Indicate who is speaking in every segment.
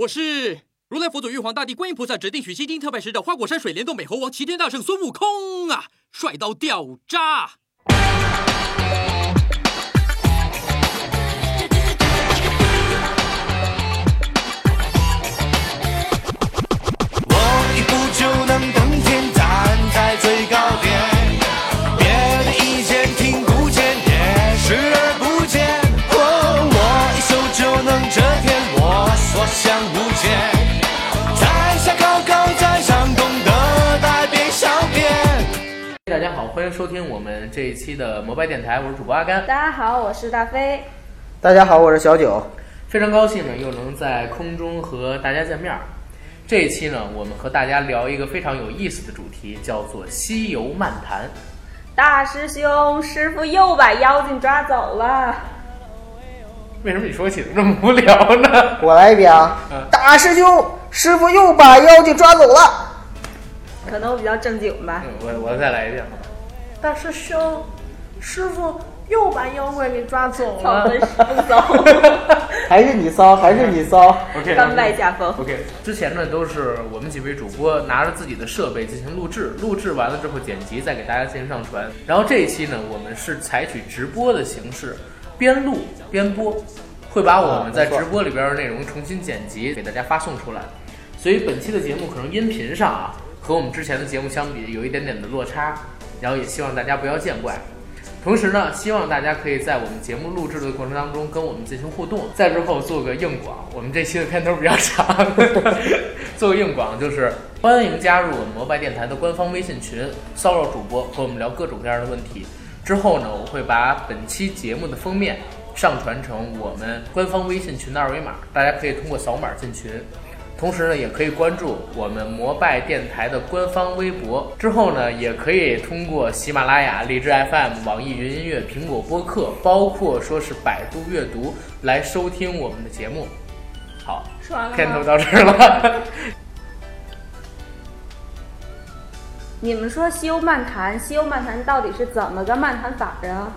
Speaker 1: 我是如来佛祖、玉皇大帝、观音菩萨指定取西经特派使者花果山水帘洞美猴王齐天大圣孙悟空啊，帅到掉渣！
Speaker 2: 我一步就能登天，站在最高点。别的意见听不见，也视而不见。哦，我一手就能遮天，我所向无前。在下高高在上，懂得带边笑边。
Speaker 3: 大家好，欢迎收听我们这一期的摩拜电台，我是主播阿甘。
Speaker 4: 大家好，我是大飞。
Speaker 5: 大家好，我是小九。
Speaker 3: 非常高兴呢，又能在空中和大家见面儿。这一期呢，我们和大家聊一个非常有意思的主题，叫做《西游漫谈》。
Speaker 4: 大师兄，师傅又把妖精抓走了。
Speaker 3: 为什么你说起得这么无聊 呢？
Speaker 5: 我来一遍啊
Speaker 3: 嗯！
Speaker 5: 大师兄，师傅又把妖精抓走了。
Speaker 4: 可能我比较正经吧
Speaker 3: 嗯。我我再来一遍。
Speaker 6: 大师兄，师傅又把妖怪给抓走
Speaker 4: 草
Speaker 6: 了。
Speaker 4: 根师傅 走，
Speaker 5: 还是你骚，还是你骚。
Speaker 3: OK，
Speaker 4: 甘拜下风。
Speaker 3: OK，之前呢都是我们几位主播拿着自己的设备进行录制，录制完了之后剪辑，再给大家进行上传。然后这一期呢，我们是采取直播的形式，边录边播，会把我们在直播里边的内容重新剪辑，给大家发送出来。所以本期的节目可能音频上啊，和我们之前的节目相比有一点点的落差，然后也希望大家不要见怪。同时呢，希望大家可以在我们节目录制的过程当中跟我们进行互动，在之后做个硬广。我们这期的片头比较长， 做个硬广就是欢迎加入我们摩拜电台的官方微信群，骚扰主播和我们聊各种各样的问题。之后呢，我会把本期节目的封面上传成我们官方微信群的二维码，大家可以通过扫码进群。同时呢，也可以关注我们摩拜电台的官方微博。之后呢，也可以通过喜马拉雅、荔枝 FM、网易云音乐、苹果播客，包括说是百度阅读来收听我们的节目。好，
Speaker 6: 说
Speaker 4: 啊
Speaker 6: 完
Speaker 3: 片
Speaker 6: 了
Speaker 3: 头
Speaker 6: 吗？
Speaker 3: 到这儿了。
Speaker 4: 你们说《西游漫谈》，《西游漫谈》到底是怎么个漫谈法啊呀？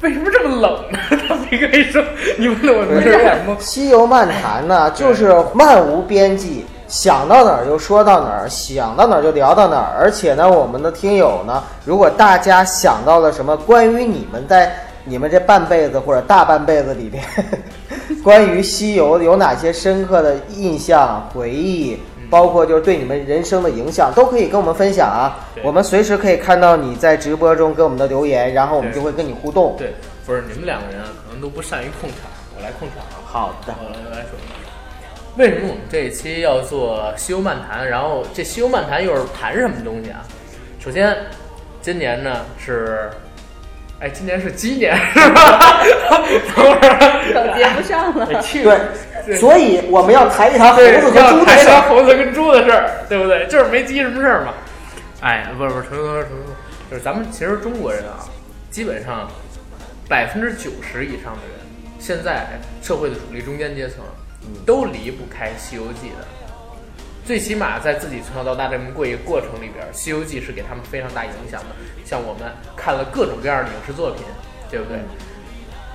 Speaker 3: 为什么这么冷呢？他没跟你说，你问的我都有点懵。
Speaker 5: 西游漫谈呢，就是漫无边际，想到哪儿就说到哪儿，想到哪儿就聊到哪儿。而且呢，我们的听友呢，如果大家想到了什么关于你们在你们这半辈子或者大半辈子里边， 关于西游有哪些深刻的印象、回忆，
Speaker 3: 嗯
Speaker 5: 包括就是对你们人生的影响，都可以跟我们分享啊
Speaker 3: 对。
Speaker 5: 我们随时可以看到你在直播中给我们的留言，然后我们
Speaker 3: 对
Speaker 5: 就会跟你互动。
Speaker 3: 对，不是你们两个人啊，可能都不善于控场，我来控场啊。
Speaker 5: 好的。
Speaker 3: 我来说，为什么我们这一期要做西游漫谈？然后这西游漫谈又是谈什么东西啊？首先，今年呢是，哎，今年是鸡年是吧？等会儿，
Speaker 4: 梗接不上了。
Speaker 3: 哎去
Speaker 5: 对，
Speaker 3: 对
Speaker 5: 所以我们要谈一谈猴
Speaker 3: 对，
Speaker 5: 子和
Speaker 3: 要
Speaker 5: 猪的
Speaker 3: 谈
Speaker 5: 事
Speaker 3: 谈
Speaker 5: 儿。
Speaker 3: 猴子跟猪的事儿，对不对？就是没鸡什么事儿嘛。哎，不是不是，重新说，重新说，就是咱们其实中国人啊，基本上百分之九十以上的人，现在社会的主力中间阶层，都离不开《西游记》的。最起码在自己从小到大这么过一个过程里边，《西游记》是给他们非常大影响的。像我们看了各种各样的影视作品，对不对？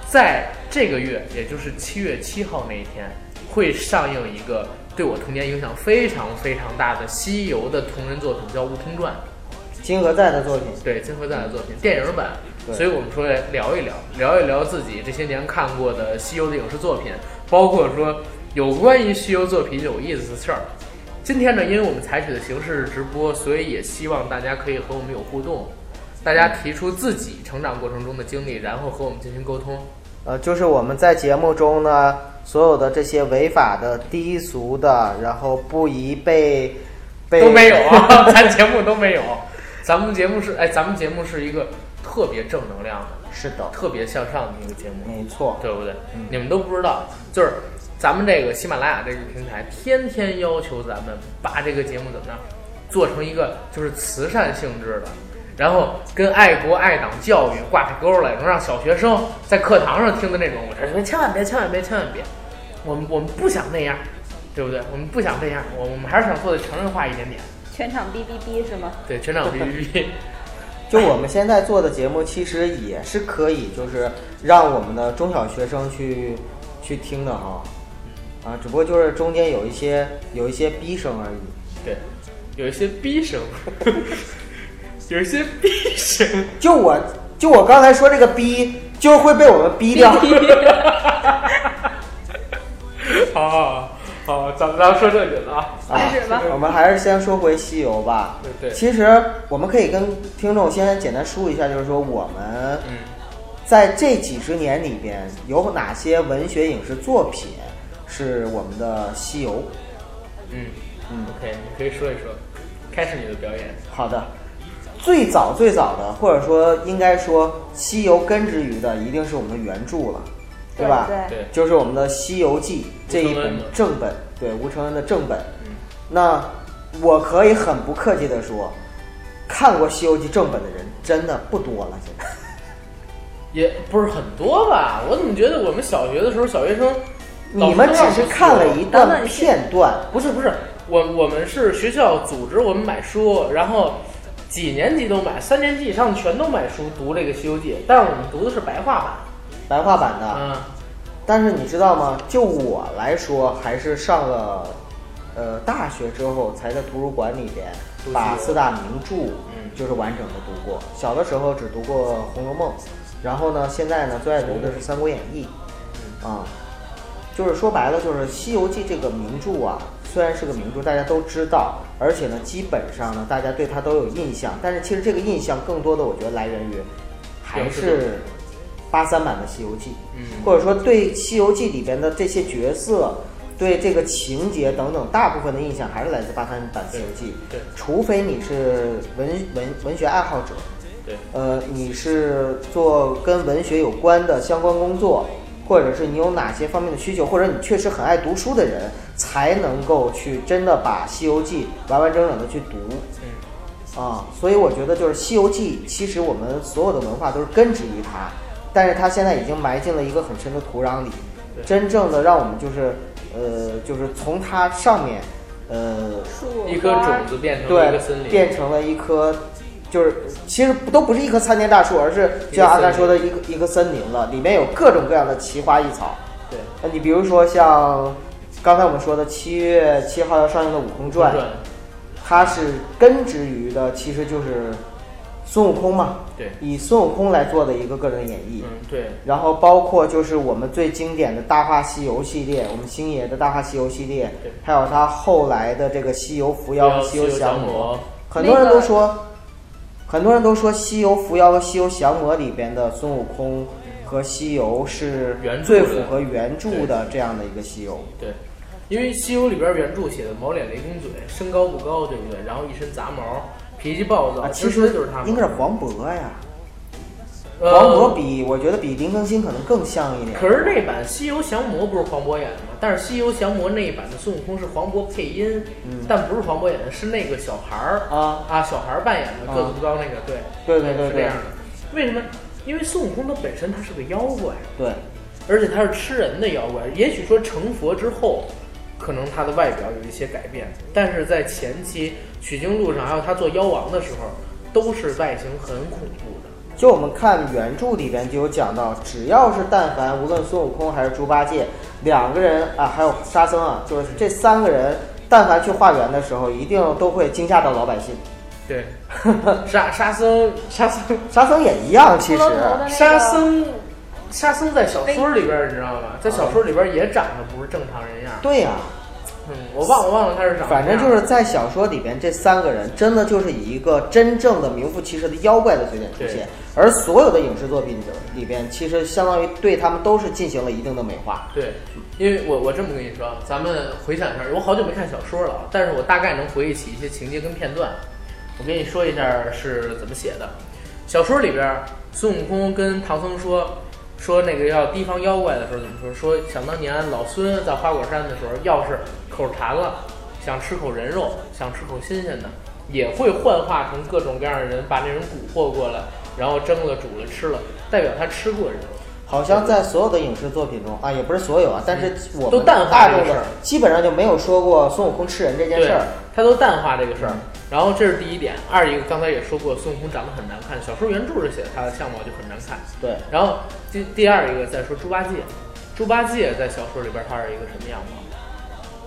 Speaker 3: 在这个月，也就是七月七号那一天，会上映一个对我童年影响非常非常大的西游的同人作品，叫《悟空传》。
Speaker 5: 金河在的作品，
Speaker 3: 对金河在的作品，电影版。
Speaker 5: 对
Speaker 3: 所以我们说来聊一聊，聊一聊自己这些年看过的西游的影视作品，包括说有关于西游作品有意思的事儿。今天呢，因为我们采取的形式是直播，所以也希望大家可以和我们有互动，大家提出自己成长过程中的经历，然后和我们进行沟通。
Speaker 5: 呃，就是我们在节目中呢，所有的这些违法的、低俗的，然后不宜被 被
Speaker 3: 都没有啊，咱节目都没有。咱们节目是哎，咱们节目是一个特别正能量的、
Speaker 5: 是的，
Speaker 3: 特别向上的一个节目。
Speaker 5: 没错，
Speaker 3: 对不对？你们都不知道，就是咱们这个喜马拉雅这个平台，天天要求咱们把这个节目怎么样，做成一个就是慈善性质的，然后跟爱国爱党教育挂上钩来，能让小学生在课堂上听的那种，我说千万别，千万别，千万别，我们我们不想那样，对不对？我们不想这样，我我们还是想做的成人化一点点。
Speaker 4: 全场哔哔哔是吗？
Speaker 3: 对，全场 B B B，
Speaker 5: 就我们现在做的节目，其实也是可以，就是让我们的中小学生去去听的哈。啊，只不过就是中间有一些有一些逼声而已。
Speaker 3: 对，有一些逼声， 有一些逼声，
Speaker 5: 就我就我刚才说这个逼，就会被我们 逼掉。
Speaker 3: 好好好，咱们咱们说正经的啊，
Speaker 5: 啊
Speaker 4: 开始吧，
Speaker 5: 我们还是先说回西游吧。
Speaker 3: 对对
Speaker 5: 其实我们可以跟听众先简单梳理一下，就是说我们
Speaker 3: 嗯，
Speaker 5: 在这几十年里边有哪些文学影视作品是我们的西游。
Speaker 3: 嗯
Speaker 5: 嗯
Speaker 3: ，OK，你可以说一说，开始你的表演。
Speaker 5: 好的，最早最早的，或者说应该说西游根植于的，一定是我们的原著了，
Speaker 4: 对
Speaker 5: 吧？
Speaker 4: 对，
Speaker 3: 对，
Speaker 5: 就是我们的《西游记》这一本
Speaker 3: 吴承恩的
Speaker 5: 正本，对吴承恩的正本。
Speaker 3: 嗯
Speaker 5: 那我可以很不客气的说，看过《西游记》正本的人真的不多了，现在。
Speaker 3: 也不是很多吧？我怎么觉得我们小学的时候，小学生
Speaker 5: 你们只是看了一
Speaker 4: 老师
Speaker 5: 段
Speaker 4: 让去
Speaker 5: 片段，
Speaker 3: 不是不是，我我们是学校组织我们买书，然后几年级都买，三年级以上全都买书读这个《西游记》，但是我们读的是白话
Speaker 5: 白话版的。
Speaker 3: 版啊。
Speaker 5: 但是你知道吗？就我来说，还是上了呃大学之后，才在图书馆里边
Speaker 3: 读
Speaker 5: 把
Speaker 3: 书
Speaker 5: 四大名著，
Speaker 3: 嗯
Speaker 5: 就是完整的读过。小的时候只读过《红楼梦》，然后呢，现在呢最爱读的是《三国演义》，
Speaker 3: 嗯
Speaker 5: 啊、就是说白了，就是《西游记》这个名著啊，虽然是个名著，大家都知道，而且呢，基本上呢，大家对它都有印象。但是其实这个印象更多的，我觉得来源于还是八三版的《西游记》，
Speaker 3: 嗯
Speaker 5: 或者说对《西游记》里边的这些角色、对这个情节等等，大部分的印象还是来自八三版《西游记》
Speaker 3: 对对
Speaker 5: 除非你是文文文学爱好者，
Speaker 3: 对，
Speaker 5: 呃，你是做跟文学有关的相关工作，或者是你有哪些方面的需求，或者你确实很爱读书的人，才能够去真的把《西游记》完完整整的去读
Speaker 3: 嗯，
Speaker 5: 啊。所以我觉得就是《西游记》，其实我们所有的文化都是根植于它，但是它现在已经埋进了一个很深的土壤里，
Speaker 3: 对
Speaker 5: 真正的让我们就是呃，就是从它上面呃
Speaker 4: 树
Speaker 3: 一颗
Speaker 4: 花
Speaker 3: 种子变成了一
Speaker 5: 对
Speaker 3: 个森，林，
Speaker 5: 变成了一棵，就是其实不都不是一棵参天大树，而是就像阿甘说的一个一个森林了，里面有各种各样的奇花异草。
Speaker 3: 对，
Speaker 5: 那你比如说像刚才我们说的七月七号要上映的《悟空传》，
Speaker 3: 转，
Speaker 5: 它是根植于的其实就是孙悟空嘛，
Speaker 3: 对，
Speaker 5: 以孙悟空来做的一个个人演绎。
Speaker 3: 嗯，对，
Speaker 5: 然后包括就是我们最经典的《大话西游》系列，我们星爷的《大话西游》系列
Speaker 3: 对，
Speaker 5: 还有他后来的这个《西游伏妖》和《西游降魔》，
Speaker 3: 魔，
Speaker 5: 很多人都说，很多人都说《西游伏妖》和《西游降魔》里边的孙悟空和西游是
Speaker 3: 原著的
Speaker 5: 最符合原著的这样的一个西游。
Speaker 3: 对，因为《西游》里边原著写的毛脸雷公嘴，身高不高，对不对？然后一身杂毛，脾气暴躁，
Speaker 5: 啊，其
Speaker 3: 说
Speaker 5: 实
Speaker 3: 的就是他们。
Speaker 5: 应该是黄渤呀，
Speaker 3: 呃
Speaker 5: 黄渤比我觉得比林更新可能更像一点。
Speaker 3: 可是那版《西游降魔》不是黄渤演的吗？但是《西游降魔》那一版的孙悟空是黄渤配音，但不是黄渤演的，是那个小孩儿
Speaker 5: 嗯啊
Speaker 3: 啊，小孩儿扮演的，
Speaker 5: 啊
Speaker 3: 个子不高那个，对，
Speaker 5: 对对对
Speaker 3: 是这
Speaker 5: 对
Speaker 3: 样的。为什么？因为孙悟空他本身他是个妖怪，
Speaker 5: 对，
Speaker 3: 而且他是吃人的妖怪。也许说成佛之后，可能他的外表有一些改变，但是在前期取经路上，还有他做妖王的时候，都是外形很恐怖的。
Speaker 5: 就我们看原著里边就有讲到，只要是但凡无论孙悟空还是猪八戒两个人啊，还有沙僧啊，就是这三个人，但凡去化缘的时候，一定都会惊吓到老百姓。
Speaker 3: 对，沙沙僧，沙僧。
Speaker 5: 沙僧也一样，其实
Speaker 4: 骷髅头的那个
Speaker 3: 沙僧，沙僧在小说里边儿，你知道吗？在
Speaker 4: 嗯
Speaker 3: 小说里边儿也长得不是正常人样儿。
Speaker 5: 对呀、
Speaker 3: 嗯，我忘我忘了他是长什么样
Speaker 5: 反
Speaker 3: 儿。
Speaker 5: 正就是在小说里边，这三个人真的就是以一个真正的名副其实的妖怪的嘴脸出现
Speaker 3: 对，
Speaker 5: 而所有的影视作品里边，其实相当于对他们都是进行了一定的美化。
Speaker 3: 对，因为我我这么跟你说，咱们回想一下，我好久没看小说了啊，但是我大概能回忆起一些情节跟片段。我跟你说一下是怎么写的。小说里边儿，孙悟空跟唐僧说说那个要提防妖怪的时候怎么说？说想当年老孙在花果山的时候，要是口馋了，想吃口人肉，想吃口新鲜的，也会幻化成各种各样的人，把那人蛊惑过来，然后蒸了、煮了、吃了，代表他吃过人肉。
Speaker 5: 好像在所有的影视作品中啊，也不是所有啊，但是
Speaker 3: 嗯
Speaker 5: 我
Speaker 3: 都
Speaker 5: 们
Speaker 3: 淡
Speaker 5: 大
Speaker 3: 化这
Speaker 5: 众
Speaker 3: 个事
Speaker 5: 的
Speaker 3: 儿
Speaker 5: 基本上就没有说过孙悟空吃人这件
Speaker 3: 对，
Speaker 5: 事儿。
Speaker 3: 他都淡化这个事儿。然后这是第一点，二一个刚才也说过，孙悟空长得很难看，小说原著是写的他的相貌就很难看。
Speaker 5: 对，
Speaker 3: 然后第第二一个再说猪八戒，猪八戒在小说里边他是一个什么样吗？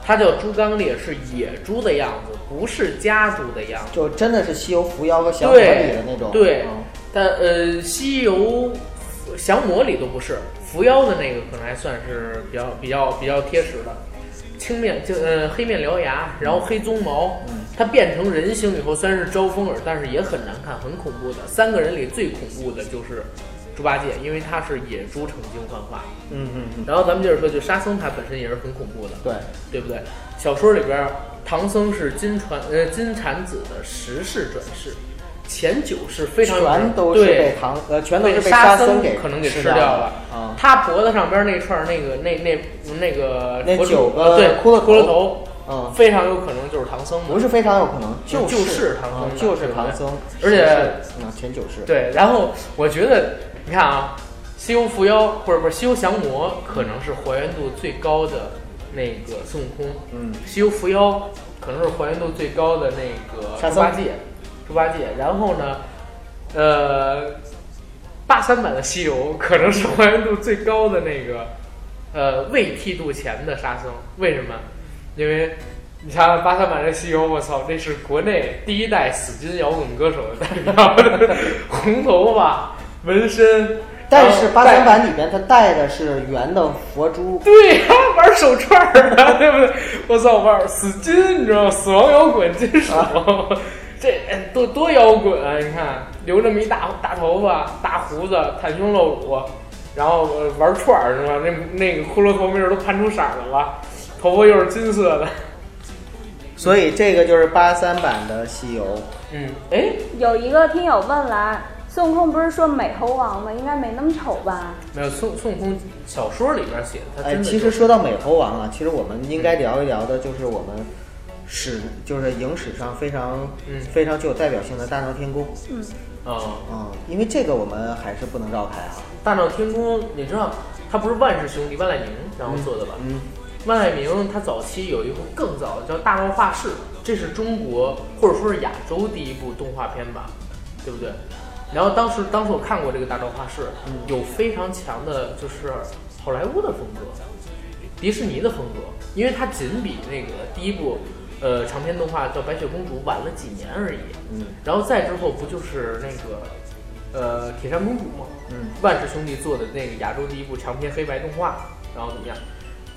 Speaker 3: 他叫猪刚鬣，是野猪的样子，不是家猪的样子。
Speaker 5: 就真的是西游伏妖和降魔里
Speaker 3: 对
Speaker 5: 的那种。
Speaker 3: 对
Speaker 5: 嗯，
Speaker 3: 但呃，《西游》降魔里都不是，伏妖的那个可能还算是比较比较比较贴实的。青面就呃黑面獠牙，然后黑鬃毛，
Speaker 5: 嗯
Speaker 3: 它变成人形以后虽然是招风耳，但是也很难看，很恐怖的。三个人里最恐怖的就是猪八戒，因为他是野猪成精幻化。
Speaker 5: 嗯嗯嗯，
Speaker 3: 然后咱们接着说，就沙僧他本身也是很恐怖的。
Speaker 5: 对，
Speaker 3: 对不对？小说里边儿，唐僧是金传呃金蝉子的十世转世，前九世非常有名
Speaker 5: 全都是被
Speaker 3: 对
Speaker 5: 唐呃，全都是被
Speaker 3: 沙
Speaker 5: 僧
Speaker 3: 可能给
Speaker 5: 吃
Speaker 3: 掉
Speaker 5: 了
Speaker 3: 了。
Speaker 5: 啊。
Speaker 3: 他脖子上边那串儿那个那那那个
Speaker 5: 那
Speaker 3: 佛珠呃
Speaker 5: 九个
Speaker 3: 对
Speaker 5: 骷髅
Speaker 3: 骷髅
Speaker 5: 头
Speaker 3: 头，
Speaker 5: 嗯
Speaker 3: 非常有可能就是唐僧的。
Speaker 5: 不是非常有可能，
Speaker 3: 就是是唐僧
Speaker 5: 嗯
Speaker 3: 的
Speaker 5: 就是
Speaker 3: 对不对
Speaker 5: 唐僧，
Speaker 3: 而
Speaker 5: 是
Speaker 3: 且
Speaker 5: 是嗯，全九世，
Speaker 3: 对，然后我觉得你看啊，《西游伏妖》不是不是《西游降魔》，可能是还原度最高的那个孙悟空，
Speaker 5: 嗯
Speaker 3: 《西游伏妖》可能是还原度最高的那个
Speaker 5: 沙
Speaker 3: 猪八
Speaker 5: 僧
Speaker 3: 戒，猪八戒。然后呢，呃，八三版的《西游》可能是还原度最高的那个，呃，未剃度前的沙僧。为什么？因为你想想八三版的《西游》，我操，那是国内第一代死金摇滚歌手的代表， 红头发、纹身，
Speaker 5: 但
Speaker 3: 然后
Speaker 5: 是八
Speaker 3: 戴
Speaker 5: 三版里边他带的是圆的佛珠，
Speaker 3: 对呀、玩手串儿啊，对不对？我操，玩死金，你知道吗？死亡摇滚金属，这哎多多摇滚啊！你看，留这么一大大头发、大胡子、袒胸露乳，然后呃玩串儿是吧？那那个骷髅头没准都盘出色儿来了，头发又是金色的。
Speaker 5: 所以这个就是八三版的西游。
Speaker 3: 嗯，哎，
Speaker 4: 有一个听友问了，孙悟空不是说美猴王吗？应该没那么丑吧？
Speaker 3: 没有孙孙悟空小说里边写的，他
Speaker 5: 哎，
Speaker 3: 真的、
Speaker 5: 其实说到美猴王啊，其实我们应该聊一聊的就是我们史，就是影史上非常、
Speaker 3: 嗯
Speaker 5: 非常具有代表性的大闹天宫。
Speaker 3: 啊、
Speaker 5: 嗯，因为这个我们还是不能绕开啊。
Speaker 3: 大闹天宫，你知道他不是万氏兄弟万籁鸣然后做的吧？
Speaker 5: 嗯，
Speaker 3: 万籁鸣它早期有一部更早的叫《大闹画室》，这是中国或者说是亚洲第一部动画片吧，对不对？然后当时当时我看过这个《大闹画室》，
Speaker 5: 嗯
Speaker 3: 有非常强的就是好莱坞的风格，迪士尼的风格，因为它仅比那个第一部呃长篇动画叫《白雪公主》晚了几年而已。
Speaker 5: 嗯，
Speaker 3: 然后再之后不就是那个呃铁扇公主吗？
Speaker 5: 嗯，
Speaker 3: 万氏兄弟做的那个亚洲第一部长篇黑白动画，然后怎么样？《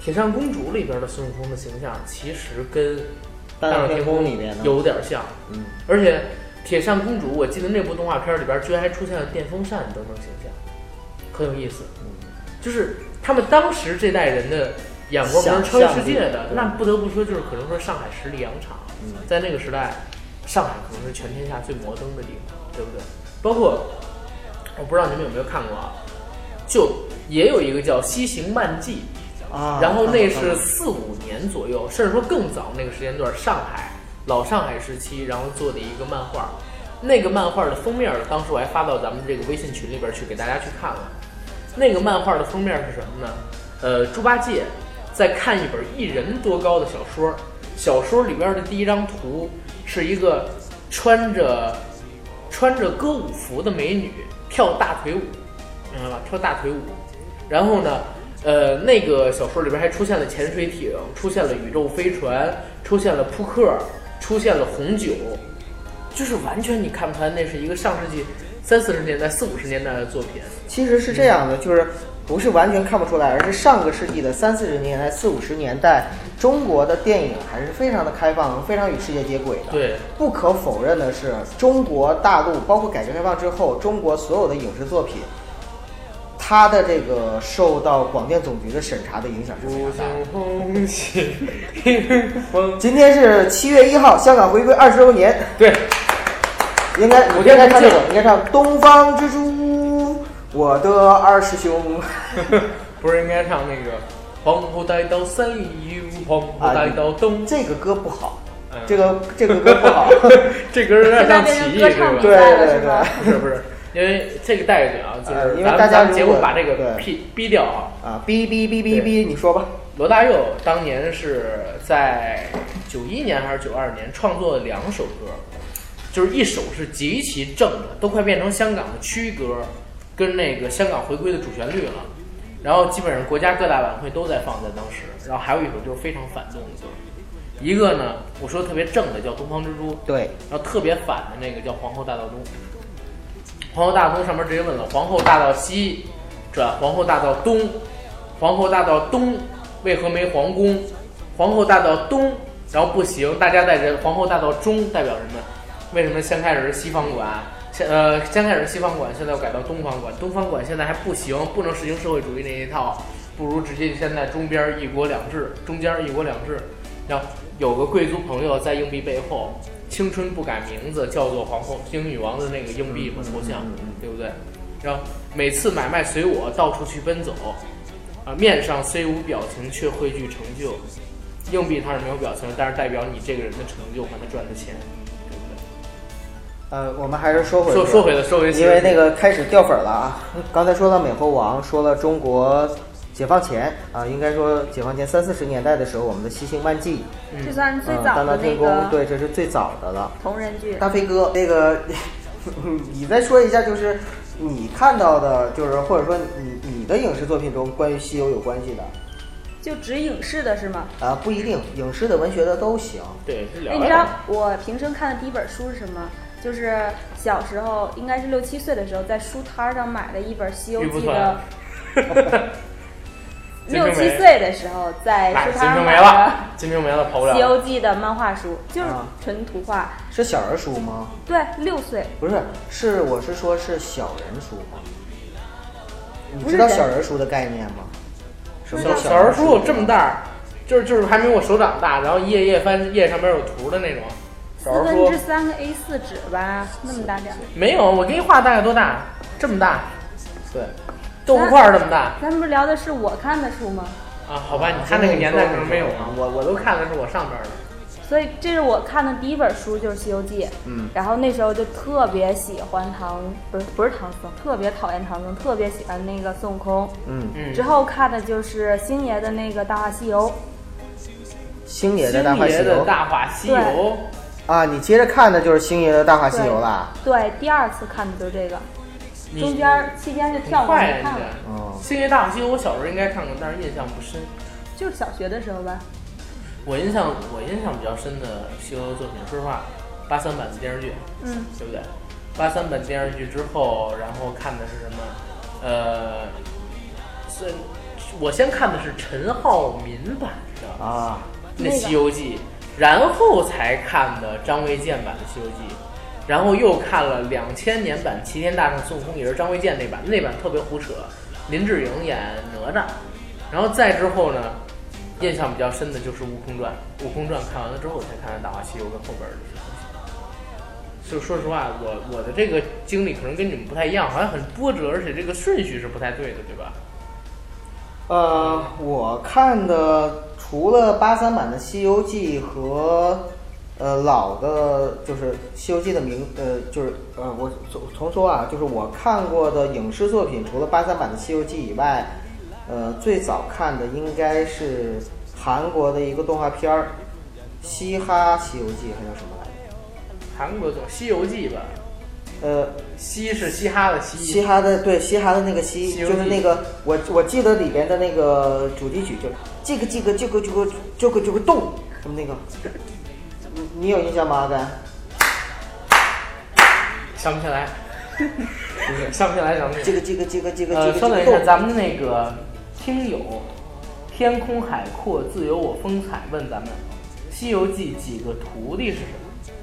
Speaker 3: 铁扇公主》里边的孙悟空的形象其实跟《
Speaker 5: 大闹天宫
Speaker 3: 宫》
Speaker 5: 里面呢
Speaker 3: 有点像，
Speaker 5: 嗯，
Speaker 3: 而且《铁扇公主》，我记得那部动画片里边居然还出现了电风扇等等形象，很有意思。就是他们当时这代人的眼光不是超越世界
Speaker 5: 想象
Speaker 3: 的
Speaker 5: 力，
Speaker 3: 那不得不说就是可能说上海十里洋场
Speaker 5: 嗯，
Speaker 3: 在那个时代，上海可能是全天下最摩登的地方，对不对？包括我不知道你们有没有看过啊，就也有一个叫《西行漫记》，
Speaker 5: 啊，
Speaker 3: 然后那
Speaker 5: 看了
Speaker 3: 是四五年左右，甚至说更早那个时间段，上海老上海时期，然后做的一个漫画，那个漫画的封面儿，当时我还发到咱们这个微信群里边儿去给大家去看了。那个漫画的封面是什么呢？呃，猪八戒在看一本一人多高的小说，小说里边的第一张图是一个穿着穿着歌舞服的美女跳大腿舞，明白吧？跳大腿舞。然后呢，呃，那个小说里边还出现了潜水艇，出现了宇宙飞船，出现了扑克，出现了红酒，就是完全你看不出来那是一个上世纪三四十年代、四五十年代的作品。
Speaker 5: 其实是这样的，就是不是完全看不出来，而是上个世纪的三四十年代、四五十年代，中国的电影还是非常的开放，非常与世界接轨的。
Speaker 3: 对，
Speaker 5: 不可否认的是，中国大陆包括改革开放之后，中国所有的影视作品，它的这个受到广电总局的审查的影响是非常大的。
Speaker 3: 红旗 迎风。
Speaker 5: 今天是七月一号，香港回归二十周年，
Speaker 3: 对，
Speaker 5: 应该
Speaker 3: 我
Speaker 5: 应该唱这首
Speaker 3: 我，
Speaker 5: 应该唱《东方之珠》，我的二师兄。
Speaker 3: 不是应该唱那个“皇后带到西游，皇后带到东
Speaker 5: 这个歌不好，
Speaker 3: 嗯
Speaker 5: 这个这个歌 不好。”，
Speaker 3: 这歌有点像起义，
Speaker 4: 现在
Speaker 3: 对吧？
Speaker 4: 变成歌唱比
Speaker 5: 对
Speaker 4: 赛了
Speaker 5: 对
Speaker 4: 是吧
Speaker 5: 对
Speaker 3: 不是不是，因为这个带着啊，就
Speaker 5: 呃
Speaker 3: 是
Speaker 5: 因为
Speaker 3: 咱们
Speaker 5: 大家
Speaker 3: 咱们节
Speaker 5: 如
Speaker 3: 目
Speaker 5: 果
Speaker 3: 把这个
Speaker 5: 对
Speaker 3: P 逼掉啊。
Speaker 5: 啊，哔哔哔哔哔，你说吧。
Speaker 3: 罗大佑当年是在九一年还是九二年创作了两首歌，就是一首是极其正的，都快变成香港的区歌，跟那个香港回归的主旋律了。然后基本上国家各大晚会都在放，在当时。然后还有一首就是非常反动的歌，一个呢我说特别正的叫《东方之珠》，
Speaker 5: 对，
Speaker 3: 然后特别反的那个叫《皇后大道东》。皇后大道东上面直接问了：皇后大道西转皇后大道东，皇后大道东为何没皇宫？皇后大道东，然后不行，大家在这皇后大道中代表什么？为什么先开始是西方馆？现呃，先开始是西方馆，现在又改到东方馆。东方馆现在还不行，不能实行社会主义那一套，不如直接就现在中边儿一国两制，中间儿一国两制。然后有个贵族朋友在硬币背后，青春不改名字，叫做皇后英女王的那个硬币嘛头像，对不对？然后每次买卖随我，到处去奔走，啊，面上虽无表情，却汇聚成就。硬币它是没有表情，但是代表你这个人的成就和他赚的钱，对不对？
Speaker 5: 呃，我们还是说回
Speaker 3: 说
Speaker 5: 这个
Speaker 3: 说回了，说回
Speaker 5: 因为那个开始掉粉儿了啊！刚才说到美猴王，说了中国解放前啊，应该说解放前三四十年代的时候，我们的西行漫记，
Speaker 4: 就算最
Speaker 5: 嗯，
Speaker 4: 早
Speaker 5: 大闹
Speaker 4: 的那
Speaker 5: 天宫，
Speaker 4: 个
Speaker 5: 对，这是最早的了。
Speaker 4: 同人剧，
Speaker 5: 大飞哥，那个 你再说一下，就是你看到的，就是或者说你你的影视作品中关于西游有关系的
Speaker 4: 就指影视的是吗？
Speaker 5: 啊，不一定，影视的、文学的都行。
Speaker 3: 对是聊
Speaker 4: 哎，
Speaker 3: 一
Speaker 4: 你知道
Speaker 3: 聊。
Speaker 4: 我平生看的第一本书是什么？就是小时候，应该是六七岁的时候，在书摊儿上买的一本《西游
Speaker 3: 玉不》
Speaker 4: 记的
Speaker 3: 团。 金
Speaker 4: 六
Speaker 3: 瓶
Speaker 4: 七
Speaker 3: 梅
Speaker 4: 岁的时候，在
Speaker 3: 买
Speaker 4: 书
Speaker 3: 金
Speaker 4: 摊儿
Speaker 3: 瓶梅
Speaker 4: 买
Speaker 3: 了
Speaker 4: 的，
Speaker 3: 金瓶梅了，跑不
Speaker 4: 《
Speaker 3: 了
Speaker 4: 西
Speaker 3: 了。
Speaker 4: 游记》的漫画书，就是
Speaker 5: 啊
Speaker 4: 纯图画。
Speaker 5: 是小人书吗？
Speaker 4: 对，六岁
Speaker 5: 不是，是我是说，是小人书吗？你
Speaker 4: 不
Speaker 5: 知
Speaker 4: 是
Speaker 5: 道
Speaker 4: 人
Speaker 5: 小人书的概念吗？什么叫
Speaker 3: 小小人书有这么大儿，就是就是还没我手掌大，然后一页页翻页上面有图的那种。
Speaker 4: 四
Speaker 3: 小人
Speaker 4: 分之
Speaker 3: 书
Speaker 4: 三个 A 四纸吧，那么大点儿。
Speaker 3: 没有，我给你画大概多大？这么大，
Speaker 5: 对，
Speaker 3: 豆腐块儿这么大
Speaker 4: 咱们不是聊的是我看的书吗？
Speaker 3: 啊？好吧，你看那个年代可能没有啊
Speaker 5: 嗯，
Speaker 3: 我我都看的是我上边儿的。
Speaker 4: 所以这是我看的第一本书，就是《西游记》。
Speaker 5: 嗯，
Speaker 4: 然后那时候就特别喜欢唐，不是不是唐僧，特别讨厌唐僧，特别喜欢那个孙悟空。
Speaker 5: 嗯，
Speaker 3: 嗯，
Speaker 4: 之后看的就是星爷的那个《大话西游》，
Speaker 5: 星爷的《大
Speaker 3: 星
Speaker 5: 话西
Speaker 3: 爷的
Speaker 5: 游
Speaker 3: 《大话西游》
Speaker 5: 啊，你接着看的就是星爷的《大话西游》啦。
Speaker 4: 对，第二次看的就是这个，
Speaker 3: 你，
Speaker 4: 中间儿期间就跳过
Speaker 3: 快
Speaker 4: 没
Speaker 3: 人
Speaker 4: 看了，
Speaker 3: 家。
Speaker 5: 嗯，
Speaker 3: 星爷大话西游，我小时候应该看过，但是印象不深。
Speaker 4: 就是小学的时候吧。
Speaker 3: 我印象我印象比较深的西游作品，说实话，八三版的电视剧，
Speaker 4: 嗯，
Speaker 3: 对不对？八三版电视剧之后，然后看的是什么？呃，是我先看的是陈浩民版的
Speaker 5: 啊，
Speaker 3: 那
Speaker 4: 那个
Speaker 3: 《西游记》，然后才看的张卫健版的《西游记》，然后又看了两千年版《齐天大圣孙悟空》，也是张卫健那版，那版特别胡扯，林志颖演哪吒。然后再之后呢，印象比较深的就是《悟空传》，《悟空传》看完了之后，我才看《大话西游》跟后边儿的这些东西。就说实话，我我的这个经历可能跟你们不太一样，好像很波折，而且这个顺序是不太对的，对吧？
Speaker 5: 呃，我看的除了八三版的《西游记》和呃老的，就是《西游记》的名，呃，就是呃，我重重说啊，就是我看过的影视作品，除了八三版的《西游记》以外，呃，最早看的应该是韩国的一个动画片儿，《嘻哈西游记》还叫什么来着？
Speaker 3: 韩国总《西游记》吧，
Speaker 5: 呃，
Speaker 3: 西是嘻哈的西，
Speaker 5: 嘻哈的对嘻哈的那个嘻，
Speaker 3: 西游
Speaker 5: 就
Speaker 3: 记
Speaker 5: 是那个我我记得里边的那个主题曲就这个这个这个这个这个这个动什么那个，你你有印象吗？阿甘，
Speaker 3: 哎想不起来，想不起来，想不起来
Speaker 5: 这。个这个这个这个这
Speaker 3: 呃，
Speaker 5: 个
Speaker 3: 稍等
Speaker 5: 这个
Speaker 3: 一下，
Speaker 5: 动，
Speaker 3: 咱们那个听友，天空海阔，自有我风采。问咱们，《西游记》几个徒弟是什么？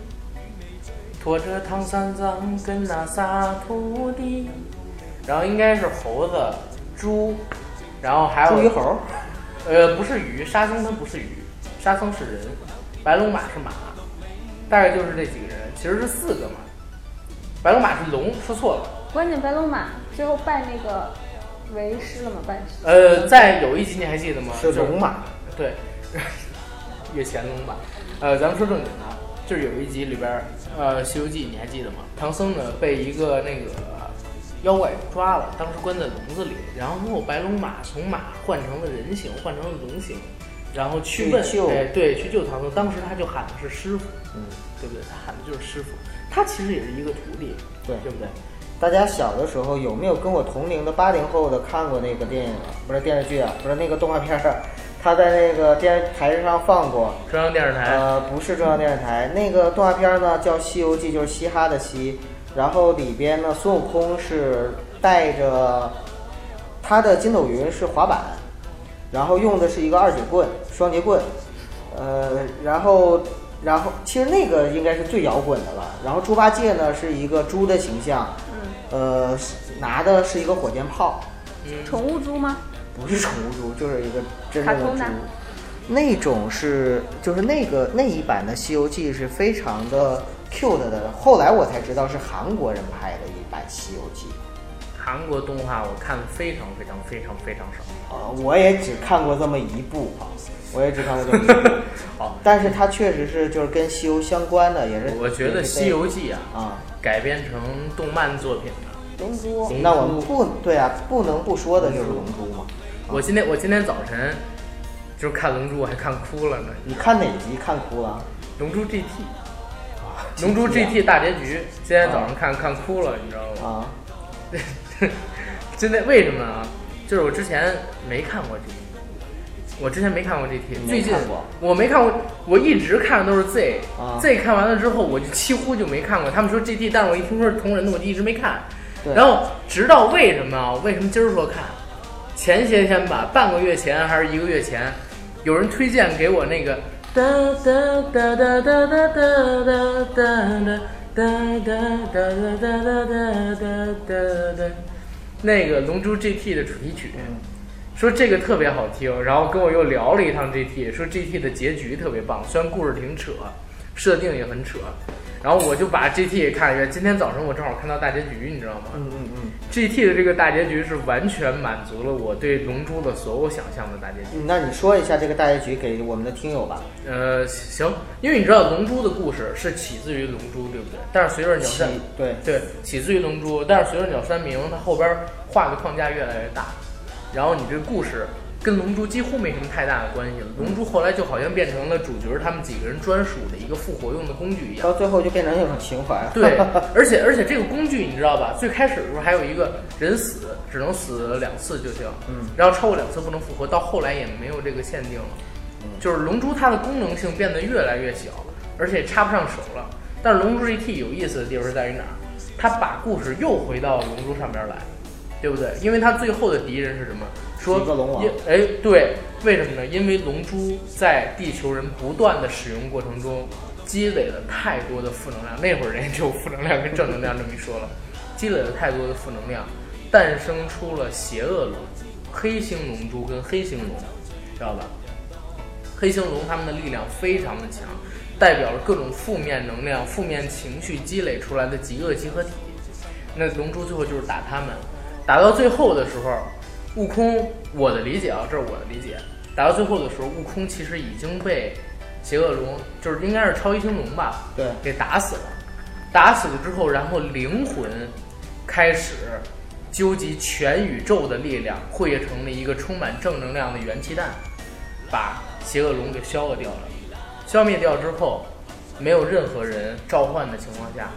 Speaker 3: 驮着唐三藏跟那仨徒弟，然后应该是猴子、猪，然后还有
Speaker 5: 猪与猴，
Speaker 3: 呃，不是鱼，沙僧他不是鱼，沙僧是人，白龙马是马，大概就是这几个人，其实是四个嘛。白龙马是龙，说错了。
Speaker 4: 关键白龙马最后拜那个为师了嘛，拜师。
Speaker 3: 呃，在有一集你还记得吗？
Speaker 5: 是龙马，
Speaker 3: 对， 月乾龙马。呃，咱们说正经的啊，就是有一集里边儿，呃，《西游记》你还记得吗？唐僧呢被一个那个妖怪抓了，当时关在笼子里，然后白龙马从马换成了人形，换成了龙形，然后去问，
Speaker 5: 去救
Speaker 3: 哎，对，去救唐僧。当时他就喊的是师傅，
Speaker 5: 嗯，
Speaker 3: 对不对？他喊的就是师傅，他其实也是一个徒弟，
Speaker 5: 对
Speaker 3: 对不对？
Speaker 5: 大家小的时候有没有跟我同龄的八零后的看过那个电影啊？不是电视剧啊，不是那个动画片儿，他在那个电视台上放过。
Speaker 3: 中央电视台，
Speaker 5: 呃，不是中央电视台，那个动画片儿呢叫《西游记》，就是嘻哈的嘻，然后里边呢孙悟空是带着他的筋斗云是滑板，然后用的是一个二节棍、双节棍，呃，然后然后其实那个应该是最摇滚的了。然后猪八戒呢是一个猪的形象，呃，拿的是一个火箭炮，
Speaker 4: 宠物猪吗？
Speaker 5: 不是宠物猪，就是一个真正
Speaker 4: 卡
Speaker 5: 的
Speaker 4: 通
Speaker 5: 猪
Speaker 4: 的。
Speaker 5: 那种是就是那个那一版的《西游记》是非常的 cute 的，后来我才知道是韩国人拍的一版《西游记》。
Speaker 3: 韩国动画我看非常非常非常非常少。
Speaker 5: 啊，我也只看过这么一部啊，我也只看过这么一 部。
Speaker 3: 好，
Speaker 5: 但是它确实是就是跟西游相关的，也是。
Speaker 3: 我觉得《
Speaker 5: 也是被
Speaker 3: 西游记》啊，
Speaker 5: 啊，
Speaker 3: 改编成动漫作品了。
Speaker 5: 龙珠
Speaker 3: 龙
Speaker 5: 那我们
Speaker 3: 珠
Speaker 5: 不对啊，不能不说的就是龙珠嘛。
Speaker 3: 我今天我今天早晨就是看《龙珠》，我还看哭了呢，
Speaker 5: 你看哪集看哭了？
Speaker 3: 《龙珠 GT》《龙珠 GT》大结局，今天早上看看哭了，你知道 吗？
Speaker 5: 啊，
Speaker 3: 真的为什么啊？就是我之前没看过 GT，我之前没看过 GT，
Speaker 5: 没
Speaker 3: 最近
Speaker 5: 看过
Speaker 3: 我没看过，我一直看的都是 Z，Z、
Speaker 5: 啊
Speaker 3: Z 看完了之后，我就几乎就没看过。他们说 GT，但是我一听说是同人的，我就一直没看。
Speaker 5: 对
Speaker 3: 然后直到为什么啊？为什么今儿说看？前些天吧，半个月前还是一个月前，有人推荐给我那个哒哒哒哒哒哒哒哒哒哒哒哒哒哒哒哒哒哒那个《龙珠 GT》的主题曲，说这个特别好听，然后跟我又聊了一趟 GT，说 GT 的结局特别棒，虽然故事挺扯，设定也很扯，然后我就把 GT 也看了一遍。今天早上我正好看到大结局，你知道吗？
Speaker 5: 嗯嗯嗯
Speaker 3: GT 的这个大结局是完全满足了我对《龙珠》的所有想象的大结局。
Speaker 5: 嗯，那你说一下这个大结局给我们的听友吧。
Speaker 3: 呃，行，因为你知道《龙珠》的故事是起自于《龙珠》，对不对？但是随着鸟
Speaker 5: 起
Speaker 3: 山
Speaker 5: 对
Speaker 3: 对起自于《龙珠》，但是随着鸟山明他后边画的框架越来越大，然后你这个故事跟《龙珠》几乎没什么太大的关系了。《龙珠》后来就好像变成了主角他们几个人专属的一个复活用的工具一 样。
Speaker 5: 到最后就变成一种情怀了。
Speaker 3: 对，而且而且这个工具你知道吧？最开始的时候还有一个人死只能死两次就行，嗯，然后超过两次不能复活，到后来也没有这个限定了。就是龙珠它的功能性变得越来越小，而且插不上手了。但是龙珠 GT 有意思的地方是在于哪儿？它把故事又回到龙珠上边来，对不对？因为它最后的敌人是什么？说
Speaker 5: 是一个龙王
Speaker 3: 因哎，对，为什么呢？因为龙珠在地球人不断的使用过程中，积累了太多的负能量。那会儿人家就有负能量跟正能量这么一说了，积累了太多的负能量，诞生出了邪恶龙、黑星龙珠跟黑星龙，知道吧？黑星龙他们的力量非常的强，代表了各种负面能量、负面情绪积累出来的极恶集合体。那龙珠最后就是打他们，打到最后的时候，悟空，我的理解啊，这是我的理解，打到最后的时候，悟空其实已经被邪恶龙，就是应该是超一星龙吧，
Speaker 5: 对
Speaker 3: 给打死了。打死了之后，然后灵魂开始纠集全宇宙的力量，汇成了一个充满正能量的元气弹。把邪恶龙给消灭掉了。消灭掉之后，没有任何人召唤的情况下，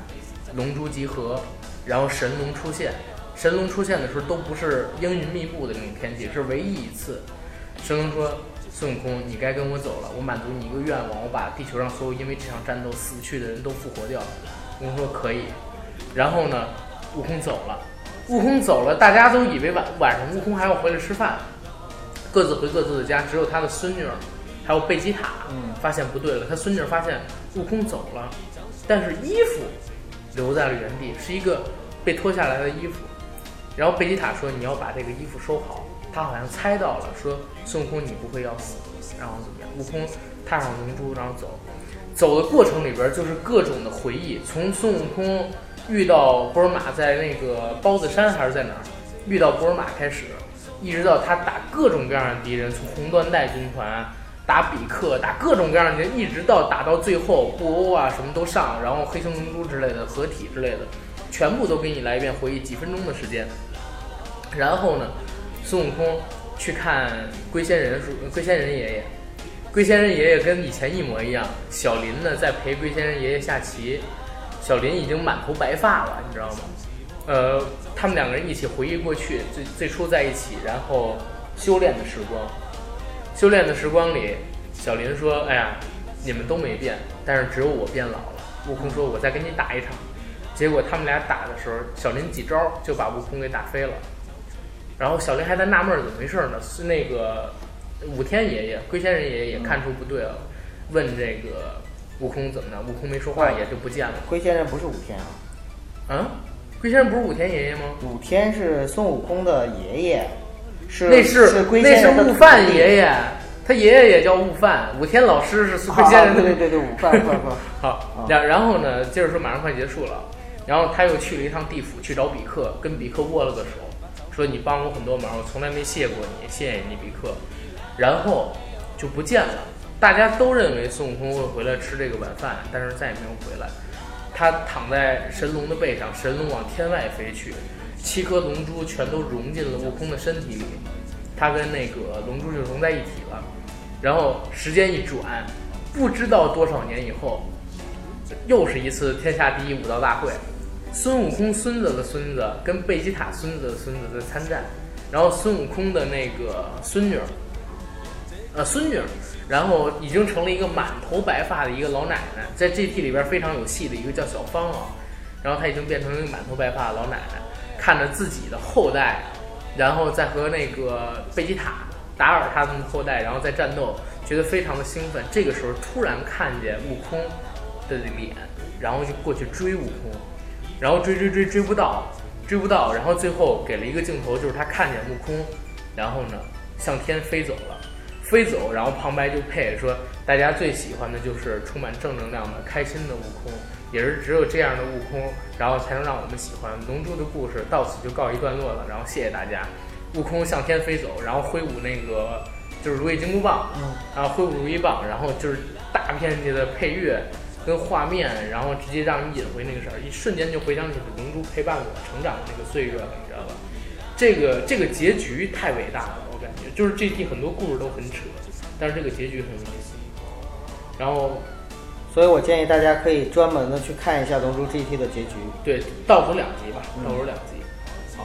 Speaker 3: 龙珠集合，然后神龙出现。神龙出现的时候都不是阴云密布的那种天气，是唯一一次。神龙说：“孙悟空，你该跟我走了，我满足你一个愿望，我把地球上所有因为这场战斗死去的人都复活掉了。”悟空说：“可以。”然后呢，悟空走了。悟空走了，大家都以为晚晚上悟空还要回来吃饭，各自回各自的家，只有他的孙女儿还有贝吉塔，发现不对了，他孙女儿发现悟空走了，但是衣服留在了原地，是一个被脱下来的衣服。然后贝吉塔说：“你要把这个衣服收好。”他好像猜到了，说：“孙悟空，你不会要死，然后怎么样？”悟空踏上龙珠，然后走。走的过程里边就是各种的回忆，从孙悟空遇到波尔玛在那个包子山还是在哪儿遇到波尔玛开始，一直到他打各种各样的敌人，从红缎带军团打比克，打各种各样的敌人，一直到打到最后布欧啊什么都上，然后黑熊龙珠之类的合体之类的，全部都给你来一遍回忆，几分钟的时间。然后呢，孙悟空去看龟仙人叔，呃龟仙人爷爷。龟仙人爷爷跟以前一模一样，小林呢在陪龟仙人爷爷下棋，小林已经满头白发了，你知道吗？呃，他们两个人一起回忆过去，最最初在一起，然后修炼的时光。修炼的时光里，小林说：“哎呀，你们都没变，但是只有我变老了。”悟空说：“我再跟你打一场。”结果他们俩打的时候，小林几招就把悟空给打飞了。然后小林还在纳闷儿怎么回事呢，是那个武天爷爷、龟仙人爷爷也看出不对了，问这个悟空怎么了？悟空没说话，也就不见了。
Speaker 5: 龟先生不是武天啊，
Speaker 3: 啊，龟先生不是武天爷爷吗？
Speaker 5: 武天是孙悟空的爷爷，是
Speaker 3: 那
Speaker 5: 是
Speaker 3: 是
Speaker 5: 龟
Speaker 3: 那
Speaker 5: 先
Speaker 3: 是
Speaker 5: 生的
Speaker 3: 悟饭
Speaker 5: 徒弟
Speaker 3: 爷爷，他爷爷也叫悟饭。武天老师 是
Speaker 5: 啊
Speaker 3: 龟仙人的
Speaker 5: 对对对对，午饭快快，
Speaker 3: 好
Speaker 5: 啊，
Speaker 3: 然然后呢，接着说马上快结束了，然后他又去了一趟地府去找比克，跟比克握了个手，说你帮我很多忙，我从来没谢过你，谢谢你比克，然后就不见了。大家都认为孙悟空会回来吃这个晚饭，但是再也没有回来。他躺在神龙的背上，神龙往天外飞去，七颗龙珠全都融进了悟空的身体里，他跟那个龙珠就融在一起了。然后时间一转，不知道多少年以后，又是一次天下第一武道大会，孙悟空孙子的孙子跟贝吉塔孙子的孙子在参战，然后孙悟空的那个孙女儿，呃孙女儿，然后已经成了一个满头白发的一个老奶奶，在 GT 里边非常有戏的一个叫小芳啊，然后她已经变成了一个满头白发的老奶奶，看着自己的后代，然后再和那个贝吉塔、达尔他们的后代，然后再战斗，觉得非常的兴奋。这个时候突然看见悟空的脸，然后就过去追悟空，然后追追追追不到，追不到，然后最后给了一个镜头，就是他看见悟空，然后呢向天飞走了。飞走，然后旁白就配说，大家最喜欢的就是充满正能量的、开心的悟空，也是只有这样的悟空，然后才能让我们喜欢。龙珠的故事到此就告一段落了，然后谢谢大家。悟空向天飞走，然后挥舞那个就是如意金箍棒，然后挥舞如意棒，然后就是大片级的配乐跟画面，然后直接让你引回那个事儿，一瞬间就回想起龙珠陪伴我成长的那个岁月了，你知道吧？这个这个结局太伟大了，我感觉就是 GT 很多故事都很扯，但是这个结局很有意思。然后
Speaker 5: 所以我建议大家可以专门的去看一下《龙珠 GT》的结局。
Speaker 3: 对倒数两集吧，
Speaker 5: 嗯
Speaker 3: 倒数两 集。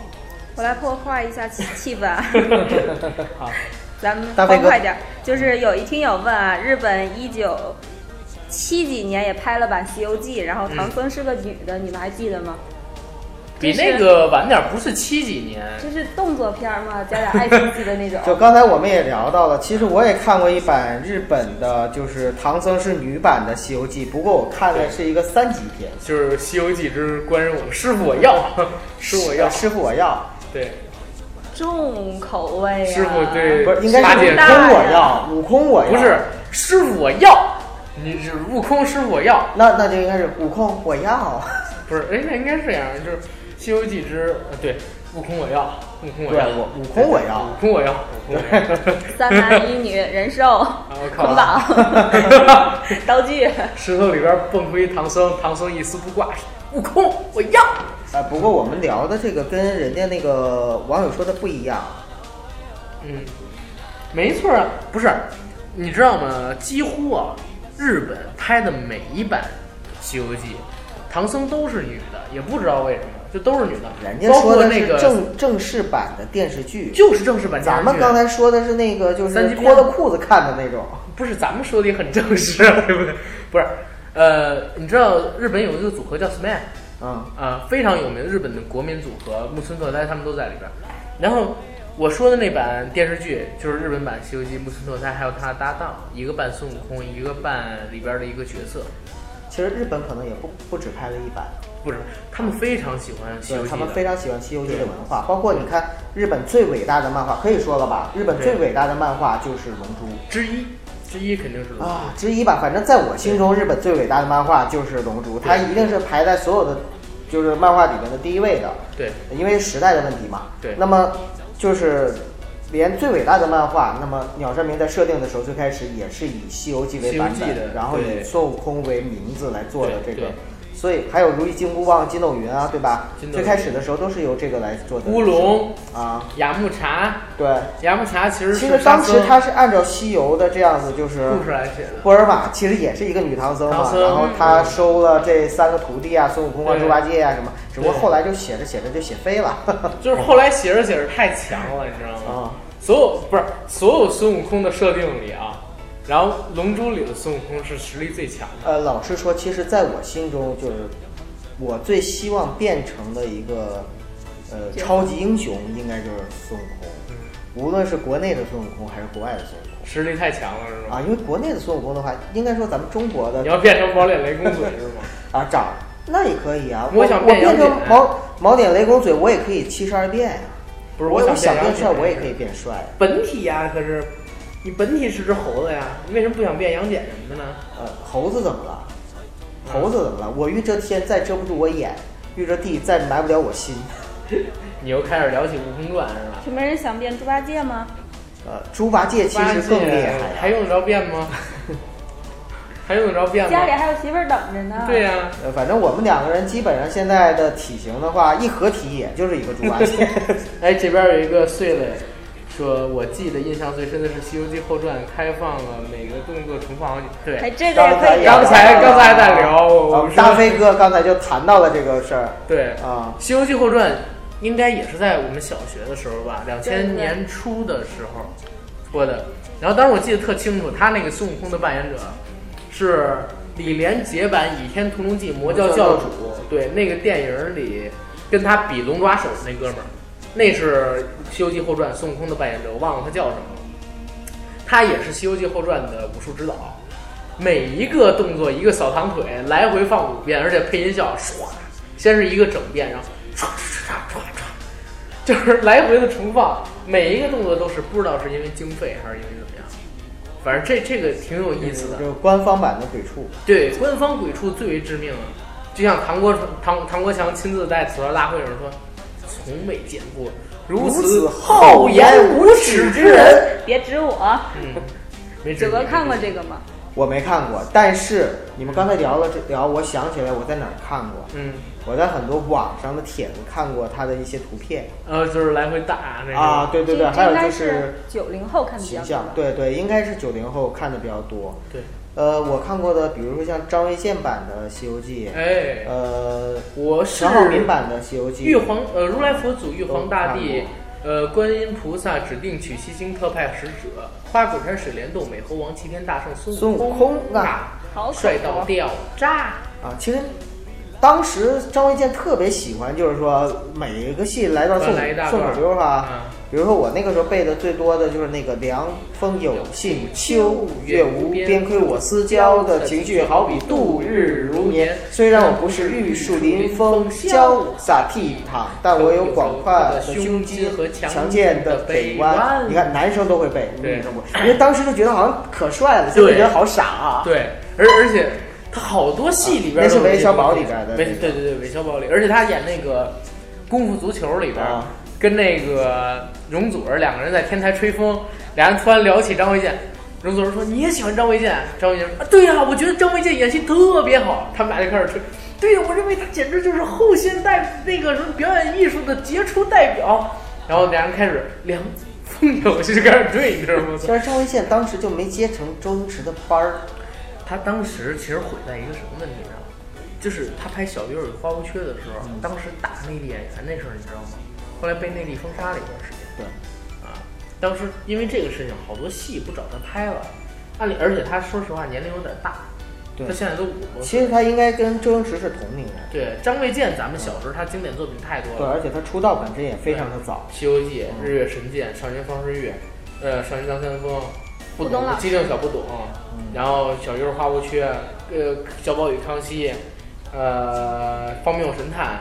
Speaker 4: 我来破坏一 下气气氛啊。
Speaker 3: 好，
Speaker 4: 咱们
Speaker 5: 大飞
Speaker 4: 欢
Speaker 5: 哥
Speaker 4: 快点儿，就是有一听友问啊，日本一九七几年也拍了版《西游记》，然后唐
Speaker 3: 嗯
Speaker 4: 僧是个女的，你们还记得吗？
Speaker 3: 比
Speaker 4: 这是
Speaker 3: 那个晚点儿，不是七几年，
Speaker 4: 这是动作片儿嘛，加点爱情戏的那 种。
Speaker 5: 就刚才我们也聊到了，其实我也看过一版日本的，就是唐僧是女版的《西游记》，不过我看的是一个三级片。
Speaker 3: 就是《西游记之观世我师傅我要， 师傅我要
Speaker 5: 呃，师傅我要，
Speaker 3: 对，
Speaker 4: 重口味、啊。
Speaker 3: 师傅对
Speaker 5: 不是应该
Speaker 3: 八
Speaker 5: 是
Speaker 3: 戒
Speaker 5: 悟空我要，悟空我要，
Speaker 3: 不是师傅我要，你是悟空师傅我要，
Speaker 5: 那那就应该是悟空我要，
Speaker 3: 不是哎，那应该是这样，就是《西游记之呃对悟空我要，悟空我
Speaker 5: 对
Speaker 3: 要，，
Speaker 5: 我悟空我要
Speaker 3: 悟。空我要，悟空我要。
Speaker 4: 三男一女，人 兽
Speaker 3: 啊我靠
Speaker 4: 捆绑道具。
Speaker 3: 石头里边蹦出一唐僧，唐僧一丝不挂，悟空，我要。
Speaker 5: 啊，不过我们聊的这个跟人家那个网友说的不一样，
Speaker 3: 嗯，没错啊，不是，你知道吗？几乎啊，日本拍的每一版《西游记》，唐僧都是女的，也不知道为什么，就都是女的。
Speaker 5: 人家
Speaker 3: 包
Speaker 5: 说
Speaker 3: 括
Speaker 5: 的
Speaker 3: 那
Speaker 5: 是
Speaker 3: 个
Speaker 5: 正正式版的电视剧，
Speaker 3: 就是正式版电视剧。
Speaker 5: 咱们刚才说的是那个就
Speaker 3: 三级
Speaker 5: 是
Speaker 3: 片
Speaker 5: 脱了裤子看的那种，
Speaker 3: 不是咱们说的也很正式，啊 对不对？不是，呃，你知道日本有一个组合叫 SMAP。
Speaker 5: 嗯，
Speaker 3: 啊，非常有名，日本的国民组合木村拓哉他们都在里边儿。然后我说的那版电视剧就是日本版《西游记》，木村拓哉还有他的搭档，一个扮孙悟空，一个扮里边儿的一个角色。
Speaker 5: 其实日本可能也不不只拍了一版，
Speaker 3: 不是，他们非常喜欢《西游
Speaker 5: 对，
Speaker 3: 记
Speaker 5: 他》们非
Speaker 3: 的。
Speaker 5: 常喜欢《西游记》的
Speaker 3: 对
Speaker 5: 文化，包括你看日本最伟大的漫画，可以说了吧？日本
Speaker 3: 对
Speaker 5: 最伟大的漫画就是《龙珠
Speaker 3: 之一，之一肯定是龙》珠。
Speaker 5: 啊，之一吧。反正在我心中，日本最伟大的漫画就是《龙珠》，它一定是排在所有的就是漫画里面的第一位的。
Speaker 3: 对，
Speaker 5: 因为时代的问题嘛。
Speaker 3: 对
Speaker 5: 那么就是连最伟大的漫画，那么鸟山明在设定的时候，最开始也是以《西游记》为版
Speaker 3: 西游记
Speaker 5: 本，
Speaker 3: 的
Speaker 5: 然后
Speaker 3: 对
Speaker 5: 以孙悟空为名字来做的这
Speaker 3: 对
Speaker 5: 个
Speaker 3: 对。
Speaker 5: 所以还有如意金箍棒、筋斗云啊，对吧
Speaker 3: 筋？斗
Speaker 5: 最
Speaker 3: 云
Speaker 5: 开始的时候都是由这个来做的。
Speaker 3: 乌龙、
Speaker 5: 啊，
Speaker 3: 雅木茶，
Speaker 5: 对。
Speaker 3: 雅木茶其实
Speaker 5: 其
Speaker 3: 是
Speaker 5: 实当时
Speaker 3: 沙僧
Speaker 5: 他是按照西游的这样子，就是
Speaker 3: 故事来写的。
Speaker 5: 波尔玛其实也是一个女唐僧嘛
Speaker 3: 唐，僧嗯
Speaker 5: 然后她收了这三个徒弟啊，孙悟空啊、
Speaker 3: 对
Speaker 5: 猪八戒啊什么，只不过
Speaker 3: 嗯对
Speaker 5: 后来就写着写着就写飞了。
Speaker 3: 就是后来写着写着太强了，你知道吗？
Speaker 5: 啊，
Speaker 3: 所有不是所有孙悟空的设定里啊，然后《龙珠》里的孙悟空是实力最强的。
Speaker 5: 呃，老实说，其实在我心中，就是我最希望变成的一个呃超级英雄，应该就是孙悟空，
Speaker 3: 嗯
Speaker 5: 无论是国内的孙悟空还是国外的孙悟
Speaker 3: 实力太强了是
Speaker 5: 空
Speaker 3: 吗？
Speaker 5: 啊，因为国内的孙悟空的话，应该说咱们中国的
Speaker 3: 你要变成毛脸雷公嘴是吗？
Speaker 5: 啊长那也可以啊，
Speaker 3: 我
Speaker 5: 我
Speaker 3: 想
Speaker 5: 我
Speaker 3: 变
Speaker 5: 变
Speaker 3: 杨
Speaker 5: 成
Speaker 3: 戬
Speaker 5: 毛毛点雷公嘴，我也可以七十二变呀。
Speaker 3: 不是，
Speaker 5: 我
Speaker 3: 想
Speaker 5: 想变
Speaker 3: 变杨
Speaker 5: 帅，
Speaker 3: 戬啊
Speaker 5: 我也可以变帅。啊
Speaker 3: 本体呀、可是你本体是只猴子呀，你为什么不想变杨戬什么的呢？
Speaker 5: 呃，猴子怎么了？猴子怎么了？我遇这天再遮不住我眼，遇这地再埋不了我心。
Speaker 3: 你又开始聊起《悟空传》是吧？
Speaker 4: 就没人想变猪八戒吗？
Speaker 5: 呃，猪八戒其实更厉害
Speaker 3: 还
Speaker 5: 呀、
Speaker 3: 用得着变吗？ 还用得着
Speaker 5: 嗯
Speaker 3: 变
Speaker 4: 家里
Speaker 3: 吗？
Speaker 4: 还有媳妇儿等着呢。
Speaker 3: 对、呀、
Speaker 5: 呃，反正我们两个人基本上现在的体型的话，一合体也就是一个猪八 戒。
Speaker 3: 哎，这边有一个碎磊说，我记得印象最深的是《西游记后传》，开放了每个动作重放好几
Speaker 4: 哎，
Speaker 3: 对。
Speaker 4: 这个也
Speaker 5: 刚
Speaker 4: 可
Speaker 5: 才
Speaker 4: 以
Speaker 5: 也
Speaker 3: 刚才刚才还在聊
Speaker 5: 啊
Speaker 3: 我们说
Speaker 5: 大飞哥刚才就谈到了这个事儿
Speaker 3: 对，《
Speaker 5: 啊。
Speaker 3: 西游记后传》应该也是在我们小学的时候吧，两
Speaker 4: 对
Speaker 3: 千年初的时候播的。然后当时我记得特清楚，他那个孙悟空的扮演者是李连杰版《倚天屠龙记》魔教教主，对那个电影里跟他比龙爪手的那哥们儿，那是《西游记后传》孙悟空的扮演者，我忘了他叫什么了。他也是《西游记后传》的武术指导，每一个动作一个扫堂腿，来回放五遍，而且配音效唰，先是一个整遍，然后唰唰唰唰唰，就是来回的重放，每一个动作都是不知道是因为经费还是因为怎么样，反正这这个挺有意思的
Speaker 5: 就。是官方版的鬼畜，
Speaker 3: 对，官方鬼畜最为致命啊！就像唐国唐唐国强亲自在吐槽大会上说：“从未见过如此厚颜无耻之人。
Speaker 4: 别指我，”
Speaker 3: 没辙
Speaker 4: 九哥看过这个吗？
Speaker 5: 我没看过，但是你们刚才聊了这聊，我想起来我在哪儿看过，
Speaker 3: 嗯，
Speaker 5: 我在很多网上的帖子看过他的一些图片
Speaker 3: 呃，就是来回打那个
Speaker 5: 啊，对对对，
Speaker 4: 这这
Speaker 5: 还有
Speaker 4: 应
Speaker 5: 就
Speaker 4: 该
Speaker 5: 是
Speaker 4: 是九零后看的比
Speaker 5: 形
Speaker 4: 较
Speaker 5: 象
Speaker 4: 多，吧。
Speaker 5: 对对，应该是九零后看的比较多。
Speaker 3: 对，
Speaker 5: 呃，我看过的，比如说像张卫健版的《西游记》，
Speaker 3: 哎，
Speaker 5: 呃，
Speaker 3: 我是
Speaker 5: 陈浩民版的《西游记
Speaker 3: 玉》，皇呃如来佛祖、玉皇大帝
Speaker 5: 都看、
Speaker 3: 呃观音菩萨指定取西经特派使者、花果山水帘洞、美猴王、齐天大圣、孙
Speaker 5: 孙
Speaker 3: 悟
Speaker 5: 悟空啊
Speaker 4: 好
Speaker 3: 帅
Speaker 4: 恐
Speaker 3: 到
Speaker 4: 怖！
Speaker 3: 掉渣。
Speaker 5: 啊，其实当时张卫健特别喜欢，就是说每一个戏来段啊
Speaker 3: 再
Speaker 5: 送
Speaker 3: 来一大
Speaker 5: 送
Speaker 3: 段
Speaker 5: 口溜哈。
Speaker 3: 嗯
Speaker 5: 比如说我那个时候背的最多的就是那个“凉风有信，秋月无边，亏我思交”的情绪，好比度日如年。虽然我不是玉树临风、潇洒倜傥，但我有广泛的胸襟和强健的臂弯。你看，男生都会背，
Speaker 3: 对
Speaker 5: 女生不会，因为当时就觉得好像可帅了，现在
Speaker 3: 对
Speaker 5: 觉得好傻啊。
Speaker 3: 对，而而且他好多戏里边、
Speaker 5: 那是韦小宝里边的
Speaker 3: 韦
Speaker 5: 那个
Speaker 3: 对对对韦小宝里，而且他演那个《功夫足球》里边，
Speaker 5: 啊
Speaker 3: 跟那个容祖儿两个人在天台吹风，俩人突然聊起张卫健。容祖儿说：“你也喜欢张卫健？”张卫健说：“啊，对呀、我觉得张卫健演戏特别好。”他们俩就开始吹。对呀、我认为他简直就是后现代那个什么表演艺术的杰出代表。然后俩人开始凉风有就开始对，你知道吗？
Speaker 5: 其实张卫健当时就没接成周星驰的班儿，
Speaker 3: 他当时其实毁在一个什么问题上，就是他拍《小鱼儿与花无缺》的时候，
Speaker 5: 嗯
Speaker 3: 当时打内地演员那事儿你知道吗？后来被内地封杀了一段时间。
Speaker 5: 对，
Speaker 3: 啊，当时因为这个事情，好多戏不找他拍了。按理，而且他说实话年龄有点大，
Speaker 5: 对
Speaker 3: 他现在都五十多岁。
Speaker 5: 其实他应该跟周星驰是同龄人，
Speaker 3: 对，张卫健，咱们小时候他经典作品太多
Speaker 5: 对，
Speaker 3: 了，
Speaker 5: 而且他出道本身也非常的早。
Speaker 3: 《西游记》《日月神剑》《少年方世玉》，呃，《少年张三丰》，不
Speaker 4: 不懂
Speaker 3: 懂
Speaker 4: 老师
Speaker 3: 机灵小不懂，然后小鱼儿花无缺，呃，小宝与康熙，呃，荒谬神探，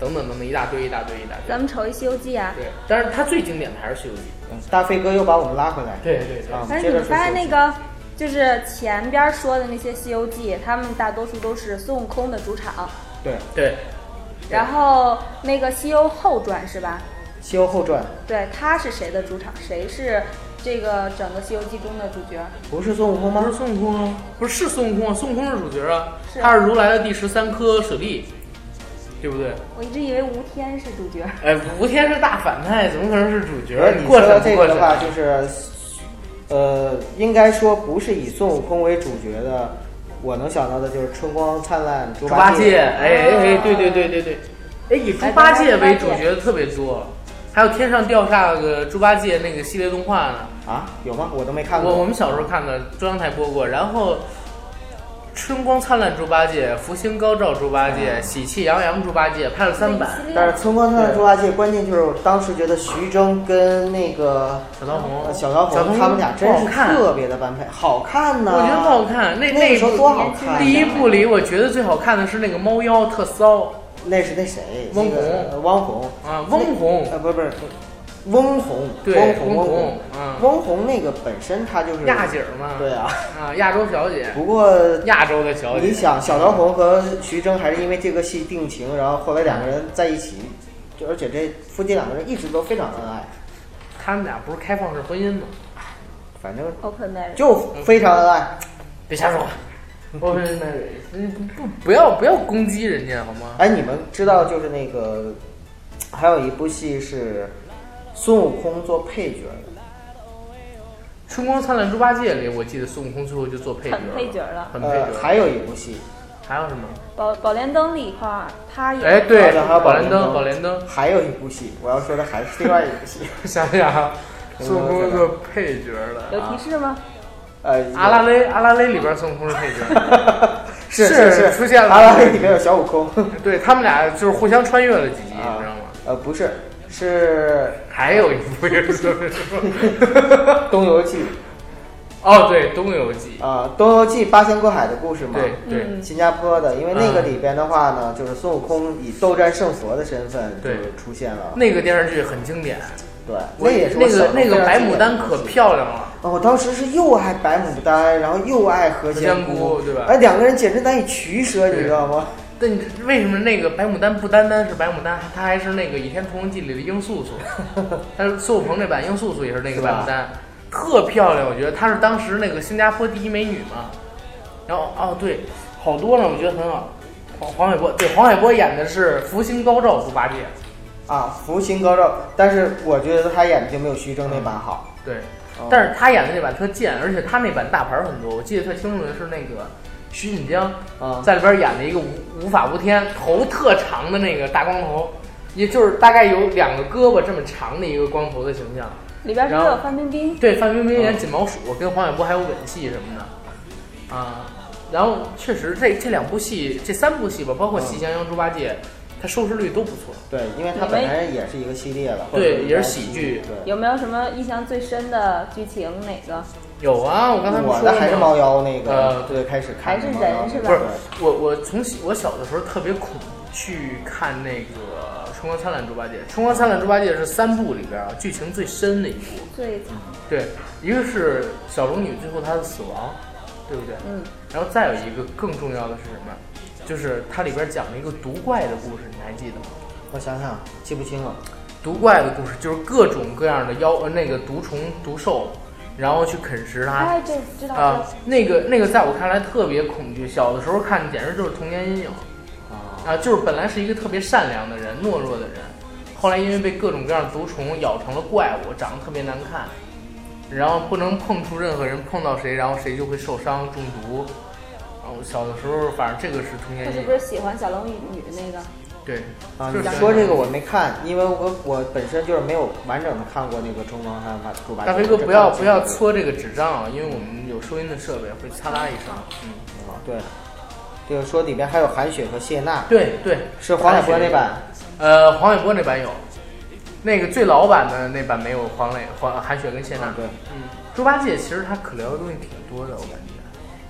Speaker 3: 等等等等，一大堆一大堆一大堆。
Speaker 4: 咱们瞅一《西游记》啊，
Speaker 3: 对，但是他最经典的还是《西游记》。
Speaker 5: 嗯大飞哥又把我们拉回来，
Speaker 3: 对对对
Speaker 5: 啊，
Speaker 4: 但是
Speaker 5: 接
Speaker 4: 你
Speaker 5: 着
Speaker 4: 们
Speaker 5: 说
Speaker 4: 发现
Speaker 5: 西游
Speaker 4: 那
Speaker 5: 记
Speaker 4: 个，就是前边说的那些《西游记》，他们大多数都是孙悟空的主场，
Speaker 5: 对《
Speaker 3: 对，
Speaker 4: 然后那个《西游后传》是吧？
Speaker 5: 西游后传》
Speaker 4: 对，他是谁的主场？谁是这个整个《西游记》中的主角。
Speaker 5: 不是孙悟空
Speaker 3: 不
Speaker 5: 吗
Speaker 3: 是？孙悟空啊，不是是孙悟空啊，孙悟空是主角啊，
Speaker 4: 是
Speaker 3: 他是如来的第十三颗舍利，对不对？
Speaker 4: 我一直以为吴天是主角。
Speaker 3: 哎，吴天是大反派，怎么可能是主角？
Speaker 5: 而你
Speaker 3: 过
Speaker 5: 说
Speaker 3: 审
Speaker 5: 到
Speaker 3: 不
Speaker 5: 这
Speaker 3: 过
Speaker 5: 个的
Speaker 3: 审
Speaker 5: 话，就是，呃，应该说不是以孙悟空为主角的，我能想到的就是春光灿烂
Speaker 3: 猪
Speaker 5: 猪
Speaker 3: 八戒，
Speaker 5: 戒。
Speaker 3: 哎哎哎，对对对对对，哎，以猪八戒为主角的特别多，还有天上掉下个猪八戒那个系列动画呢，
Speaker 5: 啊，有吗？我都没看
Speaker 3: 我我
Speaker 5: 过。
Speaker 3: 们小时候看的，中央台播过，然后。春光灿烂猪八戒，福星高照猪八戒，喜气洋洋猪八戒，拍了三版。
Speaker 5: 但是春光灿烂猪八戒，关键就是我当时觉得徐峥跟那个
Speaker 3: 小桃红，
Speaker 5: 呃小桃
Speaker 3: 小桃
Speaker 5: 红他们俩真
Speaker 3: 不好
Speaker 5: 是
Speaker 3: 看，
Speaker 5: 特别的般配，好看呐！
Speaker 3: 我觉得不好看。那
Speaker 5: 那个时候
Speaker 3: 部
Speaker 5: 多好看啊
Speaker 3: 第一部里，我觉得最好看的是那个猫妖特骚
Speaker 5: 那是那谁，
Speaker 3: 翁
Speaker 5: 那个
Speaker 3: 虹
Speaker 5: 呃汪虹
Speaker 3: 啊，翁虹
Speaker 5: 呃，不是不是，翁虹，
Speaker 3: 对
Speaker 5: 翁虹，
Speaker 3: 翁
Speaker 5: 翁
Speaker 3: 虹
Speaker 5: 虹，
Speaker 3: 嗯
Speaker 5: 翁虹那个本身他就是
Speaker 3: 亚姐儿嘛，
Speaker 5: 对啊，
Speaker 3: 啊，亚洲小姐，
Speaker 5: 不过
Speaker 3: 亚洲的小姐。
Speaker 5: 你想，小桃红和徐峥还是因为这个戏定情，然后后来两个人在一起，就而且这夫妻两个人一直都非常恩爱，
Speaker 3: 他们俩不是开放式婚姻吗？
Speaker 5: 反正
Speaker 4: Open marriage。
Speaker 5: 就非常恩爱。
Speaker 3: 别瞎说话。我们那个嗯不不不要不要攻击人家好吗？
Speaker 5: 哎，你们知道就是那个，还有一部戏是孙悟空做配角的，
Speaker 3: 《春光灿烂猪八戒》里，我记得孙悟空最后就做配角了，
Speaker 4: 很配角了
Speaker 3: 很配角
Speaker 5: 呃，
Speaker 3: 了。
Speaker 5: 还有一部戏，
Speaker 3: 还有什么？
Speaker 4: 宝宝莲灯里一块儿，他也
Speaker 3: 哎，对，
Speaker 5: 好的还
Speaker 3: 宝
Speaker 5: 有宝
Speaker 3: 莲
Speaker 5: 莲
Speaker 3: 灯，
Speaker 5: 灯
Speaker 3: 宝莲灯。
Speaker 5: 还有一部戏，我要说的还是另外一部 戏，
Speaker 3: 想想啊，孙悟空做配角了。啊
Speaker 4: 有提示吗？
Speaker 5: 呃，
Speaker 3: 阿拉蕾，阿拉蕾里边孙悟空是配角，
Speaker 5: 是
Speaker 3: 是
Speaker 5: 是是
Speaker 3: 出现了
Speaker 5: 阿拉蕾里面有小悟空，
Speaker 3: 对他们俩就是互相穿越了几集， 你知道
Speaker 5: 啊
Speaker 3: 吗？，
Speaker 5: 呃，不是，是
Speaker 3: 还有一部也是孙悟
Speaker 5: 《
Speaker 3: 空
Speaker 5: 东游记》
Speaker 3: 哦，对，《东游记》
Speaker 5: 啊，《东游记》八仙过海的故事嘛，
Speaker 3: 对对，
Speaker 4: 嗯
Speaker 5: 新加坡的，因为那个
Speaker 3: 嗯
Speaker 5: 里边的话呢，就是孙悟空以斗战胜佛的身份就
Speaker 3: 对
Speaker 5: 出现了，
Speaker 3: 那个电视剧很经典，
Speaker 5: 对，那也是我
Speaker 3: 那
Speaker 5: 小时
Speaker 3: 个
Speaker 5: 候
Speaker 3: 那个
Speaker 5: 非常
Speaker 3: 白
Speaker 5: 记
Speaker 3: 牡
Speaker 5: 得
Speaker 3: 丹
Speaker 5: 的
Speaker 3: 可
Speaker 5: 戏
Speaker 3: 漂亮了，
Speaker 5: 哦，我当时是又爱白牡丹，然后又爱何
Speaker 3: 何
Speaker 5: 仙
Speaker 3: 仙姑
Speaker 5: 姑，
Speaker 3: 对吧
Speaker 5: 哎，两个人简直难以取舍，你
Speaker 3: 对
Speaker 5: 知道吗？
Speaker 3: 但你为什么那个白牡丹不单单是白牡丹，它还是那个《倚天屠龙记》里的殷素素，但是苏有朋这版殷素素也是那个白牡丹，特漂亮，我觉得她是当时那个新加坡第一美女嘛。然后哦对，好多呢，我觉得很好。黄黄海波对黄海波演的是福星高照猪八戒，
Speaker 5: 啊，福星高照，但是我觉得他演的就没有徐峥那
Speaker 3: 嗯
Speaker 5: 版好。
Speaker 3: 对，
Speaker 5: 哦
Speaker 3: 但是他演的那版特贱，而且他那版大牌儿很多，我记得特清楚的是那个徐锦江呃
Speaker 5: 啊
Speaker 3: 在里边演的一个无无法无天，头特长的那个大光头，也就是大概有两个胳膊这么长的一个光头的形象。
Speaker 4: 里边是不是
Speaker 3: 然后
Speaker 4: 有范冰冰？
Speaker 3: 对，范冰冰演锦毛鼠，跟黄晓波还有吻戏什么的，啊，然后确实这这两部戏，这三部戏吧，包括《喜羊羊猪八戒》，它收视率都不错。
Speaker 5: 对，因为他本来也是一个系列了，或者
Speaker 3: 对
Speaker 5: 一个
Speaker 3: 也是喜剧
Speaker 5: 对，
Speaker 4: 有没有什么印象最深的剧情？哪个？
Speaker 3: 有啊，我刚才不
Speaker 5: 我
Speaker 3: 说
Speaker 5: 的
Speaker 3: 了
Speaker 5: 还是
Speaker 3: 吗
Speaker 5: 猫妖那
Speaker 3: 呃
Speaker 5: 个，对，开始
Speaker 4: 还
Speaker 5: 看
Speaker 4: 是
Speaker 5: 猫妖
Speaker 4: 人是吧
Speaker 3: 不是
Speaker 5: 对
Speaker 3: 我，我从小我小的时候特别恐去看那个《春光灿烂猪八戒》，《春光灿烂猪八戒》是三部里边啊剧情最深的一部。
Speaker 4: 最惨
Speaker 3: 对，一个是小龙女最后她的死亡，对不对？
Speaker 4: 嗯。
Speaker 3: 然后再有一个更重要的是什么？就是它里边讲了一个毒怪的故事，你还记得吗？
Speaker 5: 我想想，记不清了。
Speaker 3: 毒怪的故事就是各种各样的妖，呃，那个毒虫毒兽，然后去啃食它。
Speaker 4: 哎，这知道
Speaker 3: 啊
Speaker 4: 了。，
Speaker 3: 那个那个，在我看来特别恐惧，小的时候看简直就是童年阴影。啊，就是本来是一个特别善良的人，懦弱的人，后来因为被各种各样的毒虫咬成了怪物，长得特别难看，然后不能碰触任何人，碰到谁，然后谁就会受伤中毒。啊，我小的时候，反正这个是童
Speaker 4: 他
Speaker 3: 年
Speaker 4: 是
Speaker 3: 阴
Speaker 4: 不是
Speaker 3: 影。
Speaker 4: 喜欢小龙女那个？
Speaker 3: 对，
Speaker 5: 啊，
Speaker 3: 就
Speaker 5: 你
Speaker 3: 是小
Speaker 5: 说
Speaker 3: 时候
Speaker 5: 这个我没看，因为我我本身就是没有完整的看过那个《中光汉法猪八戒》。
Speaker 3: 大飞哥不要
Speaker 5: 这个
Speaker 3: 不要搓这个纸张啊，因为我们有收音的设备会擦啦一声。嗯，
Speaker 5: 啊！对，就是说里边还有韩雪和谢娜，
Speaker 3: 对对，
Speaker 5: 是黄海波那版。
Speaker 3: 呃，黄伟波那版有，那个最老版的那版没有黄磊、黄韩雪跟谢娜。
Speaker 5: 啊，对。
Speaker 3: 嗯，猪八戒其实他可聊的东西挺多的，我感觉。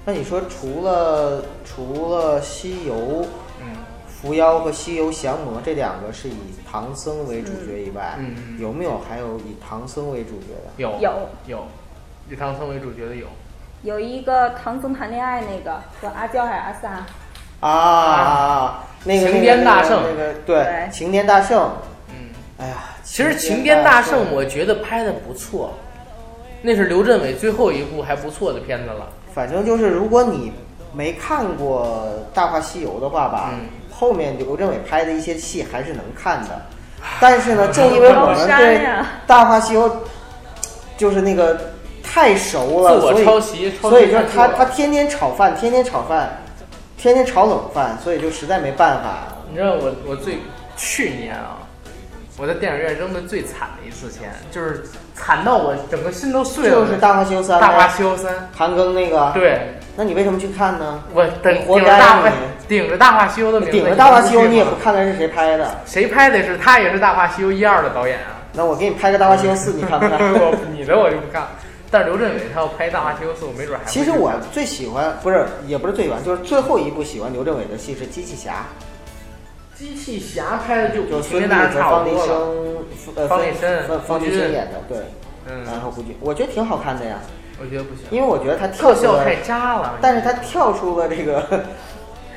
Speaker 5: 那你说除了除了西游
Speaker 3: 嗯，
Speaker 5: 伏妖和西游降魔这两个是以唐僧为主角以外，
Speaker 3: 嗯嗯嗯
Speaker 5: 有没有还有以唐僧为主角的？
Speaker 3: 有
Speaker 4: 有
Speaker 3: 有，以唐僧为主角的有。
Speaker 4: 有一个唐僧谈恋爱那个和阿娇还是阿三？
Speaker 5: 啊，那个
Speaker 3: 擎天大圣
Speaker 5: 那个
Speaker 4: 对
Speaker 5: 对，擎天大圣。
Speaker 3: 嗯，
Speaker 5: 哎呀，
Speaker 3: 其实
Speaker 5: 擎
Speaker 3: 擎天大
Speaker 5: 圣
Speaker 3: 圣我觉得拍的不错，那是刘镇伟最后一部还不错的片子了。
Speaker 5: 反正就是，如果你没看过《大话西游》的话吧，
Speaker 3: 嗯
Speaker 5: 后面刘镇伟拍的一些戏还是能看的。但 是呢，正因为我
Speaker 4: 好
Speaker 5: 们对
Speaker 4: 山
Speaker 5: 《
Speaker 4: 呀
Speaker 5: 大话西游》就是那个太熟了，
Speaker 3: 自我
Speaker 5: 所以
Speaker 3: 抄袭抄袭
Speaker 5: 所以说
Speaker 3: 太多
Speaker 5: 他
Speaker 3: 了
Speaker 5: 他天天炒饭，天天炒饭，天天炒冷饭，所以就实在没办法。
Speaker 3: 你知道我我最去年啊，我在电影院扔的最惨的一次钱，就是惨到我整个心都碎了。
Speaker 5: 就是《大话西游三》
Speaker 3: 《大话
Speaker 5: 呗，
Speaker 3: 西游三
Speaker 5: 韩庚那个》，。
Speaker 3: 对
Speaker 5: 那你为什么去看呢？
Speaker 3: 我顶
Speaker 5: 活
Speaker 3: 顶着
Speaker 5: 该
Speaker 3: 大
Speaker 5: 啊
Speaker 3: 话
Speaker 5: 你
Speaker 3: 顶着《大话西游》的名字，
Speaker 5: 顶着《大话西游》，你也
Speaker 3: 不
Speaker 5: 不
Speaker 3: 去吗
Speaker 5: 看看是谁拍的。
Speaker 3: 谁拍的是他也是《大话西游》一二的导演啊？
Speaker 5: 那我给你拍个《大话西游四》，你看 不看？
Speaker 3: 我你的我就不看，但是刘镇伟他要拍《大话西游四》，我没准还会
Speaker 5: 其实
Speaker 3: 去
Speaker 5: 我
Speaker 3: 看
Speaker 5: 最喜欢不是也不是最喜欢，就是最后一部喜欢刘镇伟的戏是《机器侠
Speaker 3: 机器侠拍的就》，
Speaker 5: 就
Speaker 3: 比
Speaker 5: 是孙
Speaker 3: 平
Speaker 5: 俪
Speaker 3: 大
Speaker 5: 和
Speaker 3: 差
Speaker 5: 方
Speaker 3: 不
Speaker 5: 力
Speaker 3: 多了。
Speaker 5: 申，呃，
Speaker 3: 方力申
Speaker 5: 方方
Speaker 3: 胡
Speaker 5: 力
Speaker 3: 军
Speaker 5: 申演的，对，
Speaker 3: 嗯，
Speaker 5: 然后胡军，我觉得挺好看的呀，
Speaker 3: 我觉得不行，
Speaker 5: 啊因为我觉得他跳
Speaker 3: 特
Speaker 5: 出
Speaker 3: 效
Speaker 5: 了
Speaker 3: 太，渣了。
Speaker 5: 但是他跳出了这个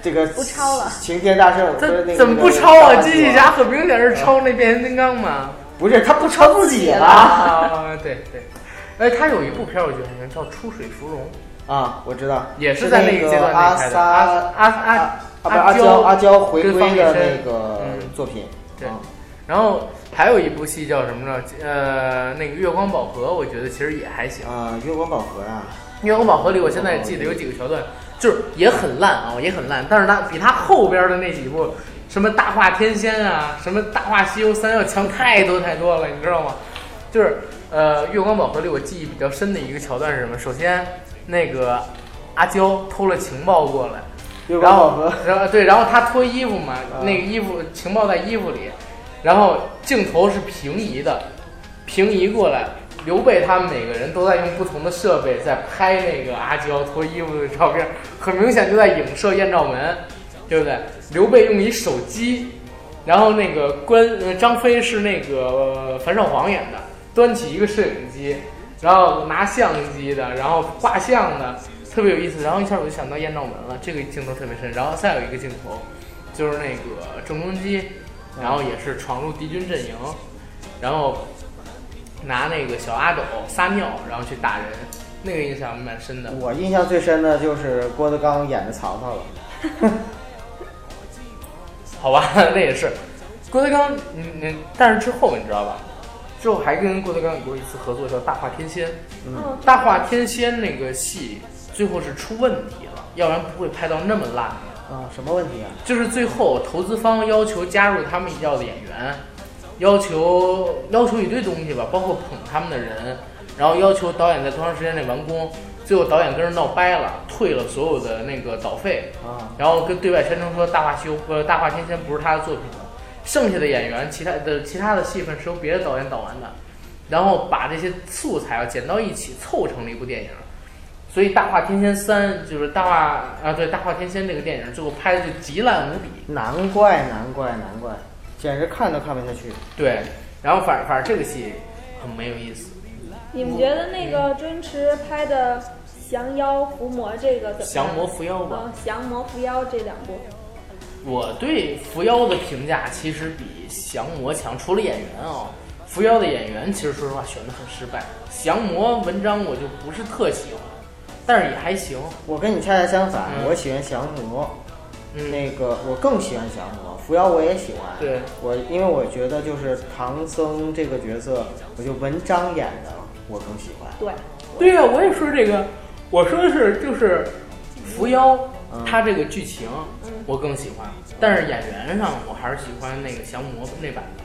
Speaker 5: 这个
Speaker 4: 不抄了
Speaker 5: 晴天大圣，不是那
Speaker 3: 这
Speaker 5: 个
Speaker 3: 怎么不抄
Speaker 5: 大
Speaker 3: 啊？
Speaker 5: 话
Speaker 3: 机
Speaker 5: 西游
Speaker 3: 器侠很明显是抄那变形金刚嘛。
Speaker 5: 不是他不抄自己 了
Speaker 3: 啊，对对。哎，他有一部片儿我觉得还行，叫《出水芙蓉》，
Speaker 5: 啊，我知道，
Speaker 3: 也是
Speaker 5: 是
Speaker 3: 在
Speaker 5: 那
Speaker 3: 那个阶段
Speaker 5: 阿
Speaker 3: 内拍的。
Speaker 5: 萨
Speaker 3: 阿阿
Speaker 5: 啊
Speaker 3: 阿
Speaker 5: 啊不是阿
Speaker 3: 娇
Speaker 5: 娇阿娇回
Speaker 3: 跟
Speaker 5: 归
Speaker 3: 方力
Speaker 5: 的
Speaker 3: 申
Speaker 5: 那个
Speaker 3: 嗯
Speaker 5: 作品，
Speaker 3: 对
Speaker 5: 啊
Speaker 3: 然后还有一部戏叫什么呢？呃，那个《月光宝盒》，我觉得其实也还行。
Speaker 5: 啊，月光宝盒啊，
Speaker 3: 《月光宝盒》里，我现在记得有几个桥段，就是也很烂啊，也很烂，但是它比它后边的那几部，什么《大话天仙》啊，什么《大话西游三》要强太多太多了，你知道吗？就是呃，《月光宝盒》里我记忆比较深的一个桥段是什么？首先，那个阿娇偷了情报过来，
Speaker 5: 月
Speaker 3: 然
Speaker 5: 光宝
Speaker 3: 后
Speaker 5: 盒，
Speaker 3: 然后对，然后他脱衣服嘛，
Speaker 5: 啊
Speaker 3: 那个衣服情报在衣服里，然后镜头是平移的，平移过来。刘备他们每个人都在用不同的设备在拍那个阿娇脱衣服的照片，很明显就在影射艳照门，对不对？刘备用一手机，然后那个关呃张飞是那个、呃樊少皇演的，端起一个摄影机，然后拿相机的，然后画像的，特别有意思。然后一下我就想到艳照门了，这个镜头特别深。然后再有一个镜头，就是那个郑中基，然后也是闯入敌军阵营，然后拿那个小阿斗撒尿，然后去打人，那个印象蛮深的。
Speaker 5: 我印象最深的就是郭德纲演的曹操了。
Speaker 3: 好吧，那也是。郭德纲，嗯嗯，但是之后你知道吧？之后还跟郭德纲有过一次合作，叫《大话天仙》。
Speaker 6: 嗯，
Speaker 3: 《大话天仙》那个戏最后是出问题了，要不然不会拍到那么烂的。
Speaker 5: 啊，什么问题啊？
Speaker 3: 就是最后投资方要求加入他们要的演员，要求要求一堆东西吧，包括捧他们的人，然后要求导演在多长时间内完工。最后导演跟人闹掰了，退了所有的那个稿费，
Speaker 5: 啊，
Speaker 3: 然后跟对外宣称说《大话西游》和《大话天仙》不是他的作品，剩下的演员其他的其他的戏份是由别的导演导完的，然后把这些素材啊剪到一起凑成了一部电影。所以《大话天仙三》就是《大话》啊，对，《大话天仙》这个电影最后拍的就极烂无比。
Speaker 5: 难怪，难怪，难怪，简直看都看不下去。
Speaker 3: 对，然后反反正这个戏很没有意思。
Speaker 6: 你们觉得那
Speaker 3: 嗯
Speaker 6: 个周星驰拍的《降妖伏魔》这个怎么样？
Speaker 3: 降魔伏妖吧
Speaker 6: 嗯，降魔伏妖这两部，
Speaker 3: 我对扶妖的评价其实比降魔强，除了演员啊、扶妖的演员其实说实话选的很失败。降魔文章我就不是特喜欢，但是也还行。
Speaker 5: 我跟你恰恰相反，
Speaker 3: 嗯
Speaker 5: 我喜欢降魔，
Speaker 3: 嗯
Speaker 5: 那个我更喜欢降魔，扶摇我也喜欢。
Speaker 3: 对，
Speaker 5: 我因为我觉得就是唐僧这个角色，我就文章演的，我更喜欢。
Speaker 6: 对，
Speaker 3: 对呀、我也说这个，我说的是就是扶妖
Speaker 5: 嗯，
Speaker 3: 它这个剧情我更喜欢，但是演员上我还是喜欢那个降魔那版的。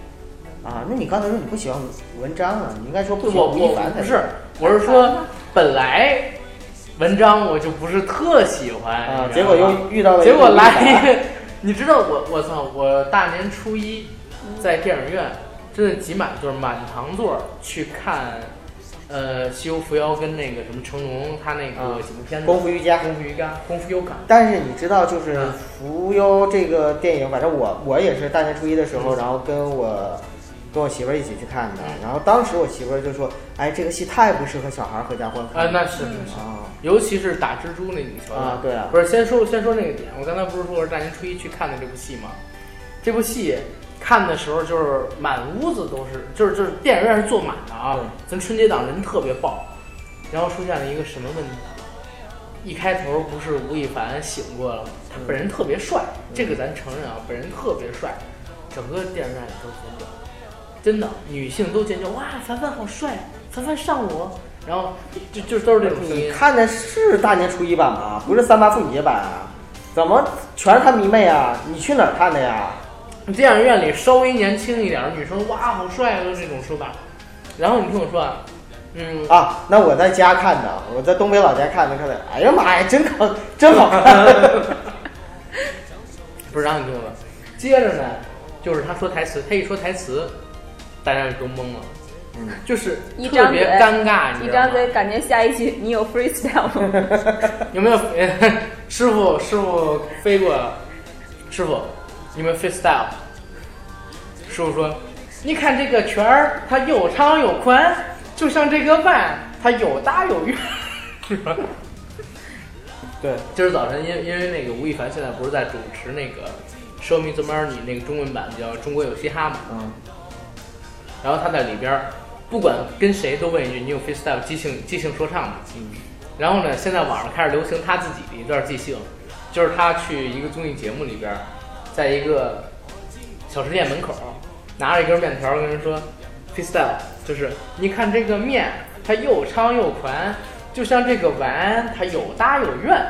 Speaker 5: 啊，那你刚才说你不喜欢文章啊？你应该说不
Speaker 3: 对
Speaker 5: 喜
Speaker 3: 我
Speaker 5: 欢吴亦
Speaker 3: 我
Speaker 5: 凡才
Speaker 3: 不是，我是
Speaker 5: 啊
Speaker 3: 说本来文章我就不是特喜欢
Speaker 5: 啊，
Speaker 3: 你知
Speaker 5: 结
Speaker 3: 道
Speaker 5: 果
Speaker 3: 吗
Speaker 5: 又遇到了
Speaker 3: 结果
Speaker 5: 一个吴亦
Speaker 3: 来
Speaker 5: 凡
Speaker 3: 一个，你知道我我操！我大年初一在电影院真的挤满，就是满堂座儿去看，呃，《西游伏妖》跟那个什么成龙他那
Speaker 5: 啊
Speaker 3: 个几部片子，
Speaker 5: 功夫瑜伽。
Speaker 3: 功夫瑜伽、功夫优感，
Speaker 5: 但是你知道，就是《
Speaker 3: 嗯
Speaker 5: 浮游》这个电影，反正我我也是大年初一的时
Speaker 3: 嗯
Speaker 5: 候，然后跟我跟我媳妇儿一起去看的。然后当时我媳妇儿就说：“哎，这个戏太不适合小孩儿回家观看。”
Speaker 3: 啊，那是是是，
Speaker 5: 啊，
Speaker 3: 尤其是打蜘蛛那几个桥段
Speaker 5: 啊对啊
Speaker 3: 不是先说先说那个点，我刚才不是说我是大年初一去看的这部戏吗？这部戏看的时候就是满屋子都是，就是就是电影院是坐满的啊
Speaker 5: 对，
Speaker 3: 咱春节档人特别爆，然后出现了一个什么问题？一开头不是吴亦凡醒过了吗？他本人特别帅，
Speaker 5: 嗯
Speaker 3: 这个咱承认啊，本人特别帅，整个电视台里都尖叫，真的，女性都尖叫，哇，凡凡好帅，凡凡上我，然后就就都是这种嗯声
Speaker 5: 你
Speaker 3: 音。
Speaker 5: 看的是大年初一版吗？不是三八妇女节版啊？怎么全是他迷妹啊？你去哪儿看的呀？
Speaker 3: 电影院里稍微年轻一点的女生，哇，好帅啊，都是这种说法。然后你听我说啊，嗯，
Speaker 5: 啊，那我在家看的，我在东北老家看的，看的，哎呀妈呀，真好，真好看。
Speaker 3: 不是让你听我说。接着呢，就是他说台词，他一说台词，大家就都懵了，嗯，就是
Speaker 4: 一
Speaker 3: 特
Speaker 4: 张
Speaker 3: 别
Speaker 4: 嘴
Speaker 3: 尴尬，你
Speaker 4: 一
Speaker 3: 知道
Speaker 4: 张
Speaker 3: 吗？
Speaker 4: 嘴感觉下一句你有 freestyle 吗？
Speaker 3: 有没有？师傅，师傅飞过，师傅，有没有 freestyle？师傅说：“你看这个圈儿，它又长又宽，就像这个碗，它又大又圆。”是吧？
Speaker 5: 对，
Speaker 3: 今儿早晨，因因为那个吴亦凡现在不是在主持那个《Show Me the Money》那个中文版叫《中国有嘻哈》嘛，
Speaker 5: 嗯，
Speaker 3: 然后他在里边儿不管跟谁都问一句：“你有 freestyle 即兴即兴说唱吗？”然后呢，现在网上开始流行他自己的一段即兴，就是他去一个综艺节目里边儿，在一个小吃店门口拿着一根面条跟人说 freestyle，就是你看这个面它又长又宽，就像这个碗它有大有圆，